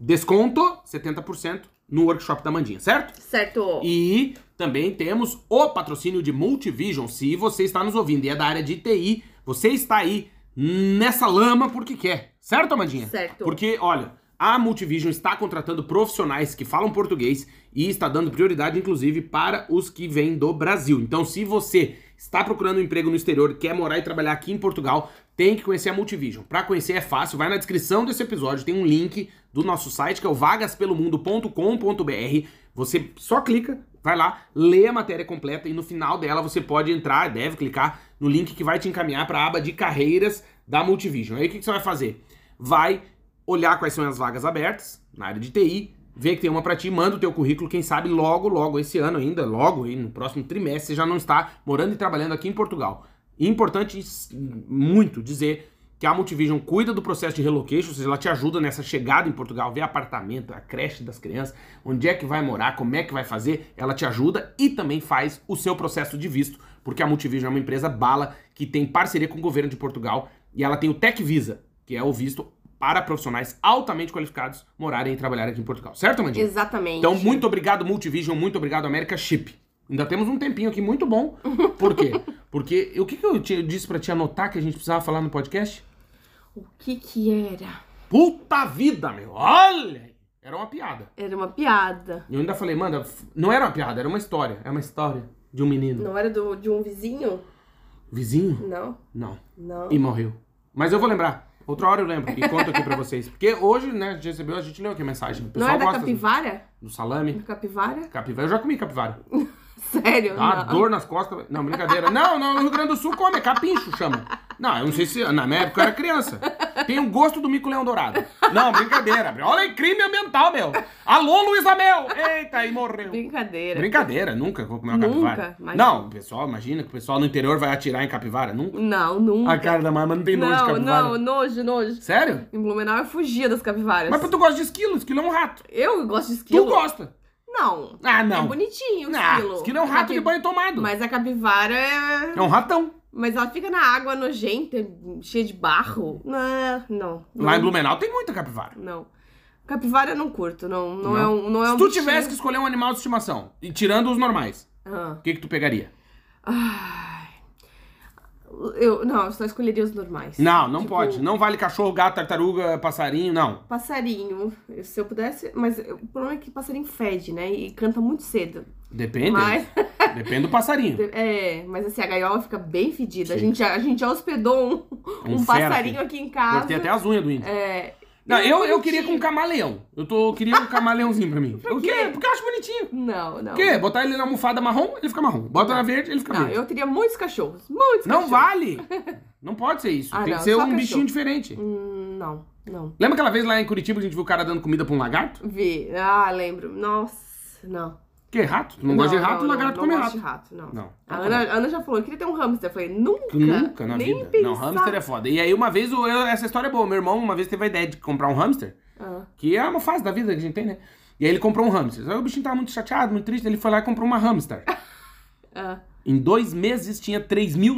S1: Desconto 70% no workshop da Mandinha, certo?
S6: Certo.
S1: E também temos o patrocínio de Multivision. Se você está nos ouvindo e é da área de TI, você está aí nessa lama porque quer. Certo, Amandinha?
S6: Certo.
S1: Porque, olha, a Multivision está contratando profissionais que falam português e está dando prioridade, inclusive, para os que vêm do Brasil. Então, se você está procurando um emprego no exterior, quer morar e trabalhar aqui em Portugal, tem que conhecer a Multivision. Para conhecer é fácil, vai na descrição desse episódio, tem um link do nosso site que é o vagaspelomundo.com.br. Você só clica, vai lá, lê a matéria completa e no final dela você pode entrar, deve clicar no link que vai te encaminhar para a aba de carreiras da Multivision. Aí o que que você vai fazer? vai olhar quais são as vagas abertas na área de TI, ver que tem uma pra ti, manda o teu currículo, quem sabe logo, logo esse ano ainda, logo e no próximo trimestre você já não está morando e trabalhando aqui em Portugal. Importante s- muito dizer que a Multivision cuida do processo de relocation, ou seja, ela te ajuda nessa chegada em Portugal, ver apartamento, a creche das crianças, onde é que vai morar, como é que vai fazer, ela te ajuda e também faz o seu processo de visto, porque a Multivision é uma empresa bala que tem parceria com o governo de Portugal e ela tem o Tech Visa, que é o visto para profissionais altamente qualificados morarem e trabalharem aqui em Portugal. Certo, Mandinha?
S6: Exatamente.
S1: Então, muito obrigado, Multivision, muito obrigado, América Chip. Ainda temos um tempinho aqui muito bom. Por quê? Porque o que, que eu te- disse pra te anotar que a gente precisava falar no podcast?
S6: O que que era?
S1: Puta vida, meu! Olha! aí. Era uma piada.
S6: Era uma piada.
S1: E eu ainda falei, manda, f- não era uma piada, era uma história. É uma história de um menino.
S6: Não era do, de um vizinho?
S1: Vizinho?
S6: Não,
S1: Não.
S6: não.
S1: E morreu. Mas eu vou lembrar. Outra hora eu lembro e conto aqui pra vocês. Porque hoje, né, a gente recebeu, a gente leu aqui a mensagem. O
S6: Não
S1: pessoal
S6: era da
S1: gosta
S6: capivara?
S1: do salame.
S6: Da capivara?
S1: Capivara, eu já comi capivara.
S6: Sério?
S1: Dá uma
S6: não.
S1: dor nas costas. Não, brincadeira. Não, não, no Rio Grande do Sul come, é capincho chama. Não, eu não sei se. Na minha época eu era criança. Tem o gosto do mico leão dourado. Não, brincadeira. Olha aí, crime ambiental, meu. Alô, Luiz Amel! Eita, aí morreu.
S6: Brincadeira.
S1: Brincadeira, nunca vou comer uma
S6: Nunca,
S1: capivara.
S6: imagina.
S1: Não, o pessoal, imagina que o pessoal no interior vai atirar em capivara. Nunca.
S6: Não, nunca.
S1: A cara da mama não tem nojo de
S6: não,
S1: capivara.
S6: não, nojo, nojo.
S1: Sério?
S6: Em Blumenau eu fugia das capivaras.
S1: Mas tu gosta de esquilo, esquilo é um rato.
S6: Eu gosto de esquilo.
S1: Tu gosta.
S6: Não.
S1: Ah, não.
S6: É bonitinho o
S1: Ah,
S6: esquilo.
S1: esquilo é um rato de
S6: Capi-
S1: banho tomado.
S6: Mas a capivara é...
S1: É um ratão.
S6: Mas ela fica na água nojenta, cheia de barro. Não, não.
S1: Lá em
S6: Não,
S1: Blumenau tem muita capivara.
S6: Não. Capivara eu não curto, não, não,
S1: Não.
S6: é um... Não é um
S1: Se tu
S6: bichinho.
S1: tivesse que escolher um animal de estimação, e tirando os normais,
S6: Ah.
S1: o que que tu pegaria?
S6: Ai. Eu, não, eu só escolheria os normais.
S1: Não, não
S6: Tipo,
S1: pode. Não vale cachorro, gato, tartaruga, passarinho, não.
S6: Passarinho, se eu pudesse... Mas o problema é que passarinho fede, né? E canta muito cedo.
S1: Depende.
S6: Mas...
S1: Depende do passarinho.
S6: É, mas assim, a gaiola fica bem fedida. A gente, já, a gente já hospedou um,
S1: Um
S6: um,
S1: ferro.
S6: passarinho aqui em casa.
S1: Cortei até as unhas do índio.
S6: É,
S1: Não,
S6: Ele é
S1: eu, eu
S6: bonitinho.
S1: queria com um camaleão. Eu tô, eu queria um camaleãozinho pra mim. Por quê? Porque eu acho bonitinho.
S6: não, não.
S1: Por quê? Botar ele na almofada marrom, ele fica marrom. Bota na verde, ele fica
S6: Não,
S1: verde.
S6: eu teria muitos cachorros. Muitos
S1: Não
S6: cachorros.
S1: vale! Não pode ser isso.
S6: Ah,
S1: Tem
S6: não,
S1: que ser um
S6: só cachorro.
S1: bichinho diferente.
S6: Hum, não, não.
S1: Lembra aquela vez lá em Curitiba que a gente viu o cara dando comida pra um lagarto?
S6: Vi. Ah, lembro. Nossa, não.
S1: Que é rato? Tu não, gosta de rato, o lagarto
S6: não,
S1: come
S6: não gosto
S1: rato.
S6: de rato, não.
S1: Não,
S6: A
S1: não
S6: Ana, a Ana já falou, eu queria ter um hamster. Eu falei, nunca.
S1: Nunca na
S6: nem
S1: vida.
S6: Pensar.
S1: Não, hamster é foda. E aí, uma vez, o- eu- essa história é boa. Meu irmão, uma vez, teve a ideia de comprar um hamster,
S6: Ah,
S1: que é uma fase da vida que a gente tem, né? E aí, ele comprou um hamster. Aí, o bichinho tava muito chateado, muito triste. Ele foi lá e comprou uma hamster.
S6: Ah,
S1: Em dois meses tinha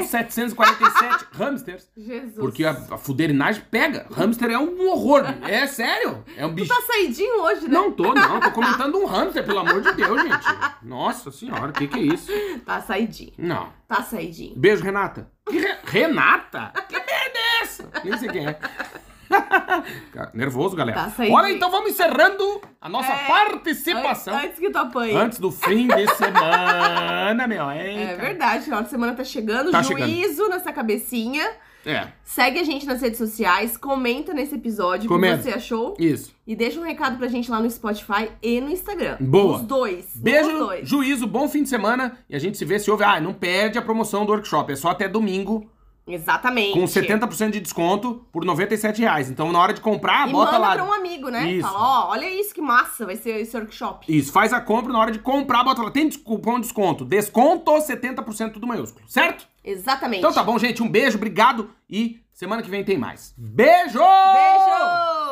S1: 3.747 hamsters.
S6: Jesus.
S1: Porque a, a fuderinagem pega. Hamster é um horror. É sério. É um
S6: Tu
S1: bicho.
S6: tá saidinho hoje, né?
S1: Não tô, não. Tô comentando um hamster, pelo amor de Deus, gente. Nossa senhora, o que que é isso?
S6: Tá saidinho.
S1: Não.
S6: Tá saidinho.
S1: Beijo, Renata. Que Re- Renata? Que merda é essa? Nem sei quem é. Cara, Nervoso, galera.
S6: Tá saindo.
S1: Olha, então vamos encerrando a nossa
S6: É,
S1: participação
S6: Antes, antes que tu apanhe.
S1: antes do fim de semana, meu.
S6: É
S1: Eita.
S6: verdade, final de semana tá chegando,
S1: Tá chegando.
S6: juízo nessa cabecinha.
S1: É,
S6: Segue a gente nas redes sociais, comenta nesse episódio o
S1: Comenta.
S6: que você achou
S1: isso.
S6: e deixa um recado pra gente lá no Spotify e no Instagram.
S1: Boa.
S6: Os dois. Os
S1: Beijo,
S6: dois.
S1: juízo, bom fim de semana. E a gente se vê, se ouve. Ah, não perde a promoção do workshop. É só até domingo,
S6: Exatamente.
S1: com 70% de desconto por R$ 97 reais. Então, na hora de comprar,
S6: E
S1: bota
S6: manda
S1: lá.
S6: pra um amigo, né?
S1: Isso.
S6: Fala, ó, olha isso que massa, vai ser esse workshop.
S1: Isso, faz a compra na hora de comprar, bota lá. Tem des- cupom de desconto. Desconto 70% tudo maiúsculo, certo? tá
S6: Exatamente.
S1: Então tá bom, gente. Um beijo, obrigado. E semana que vem tem mais. Beijo!
S6: Beijo!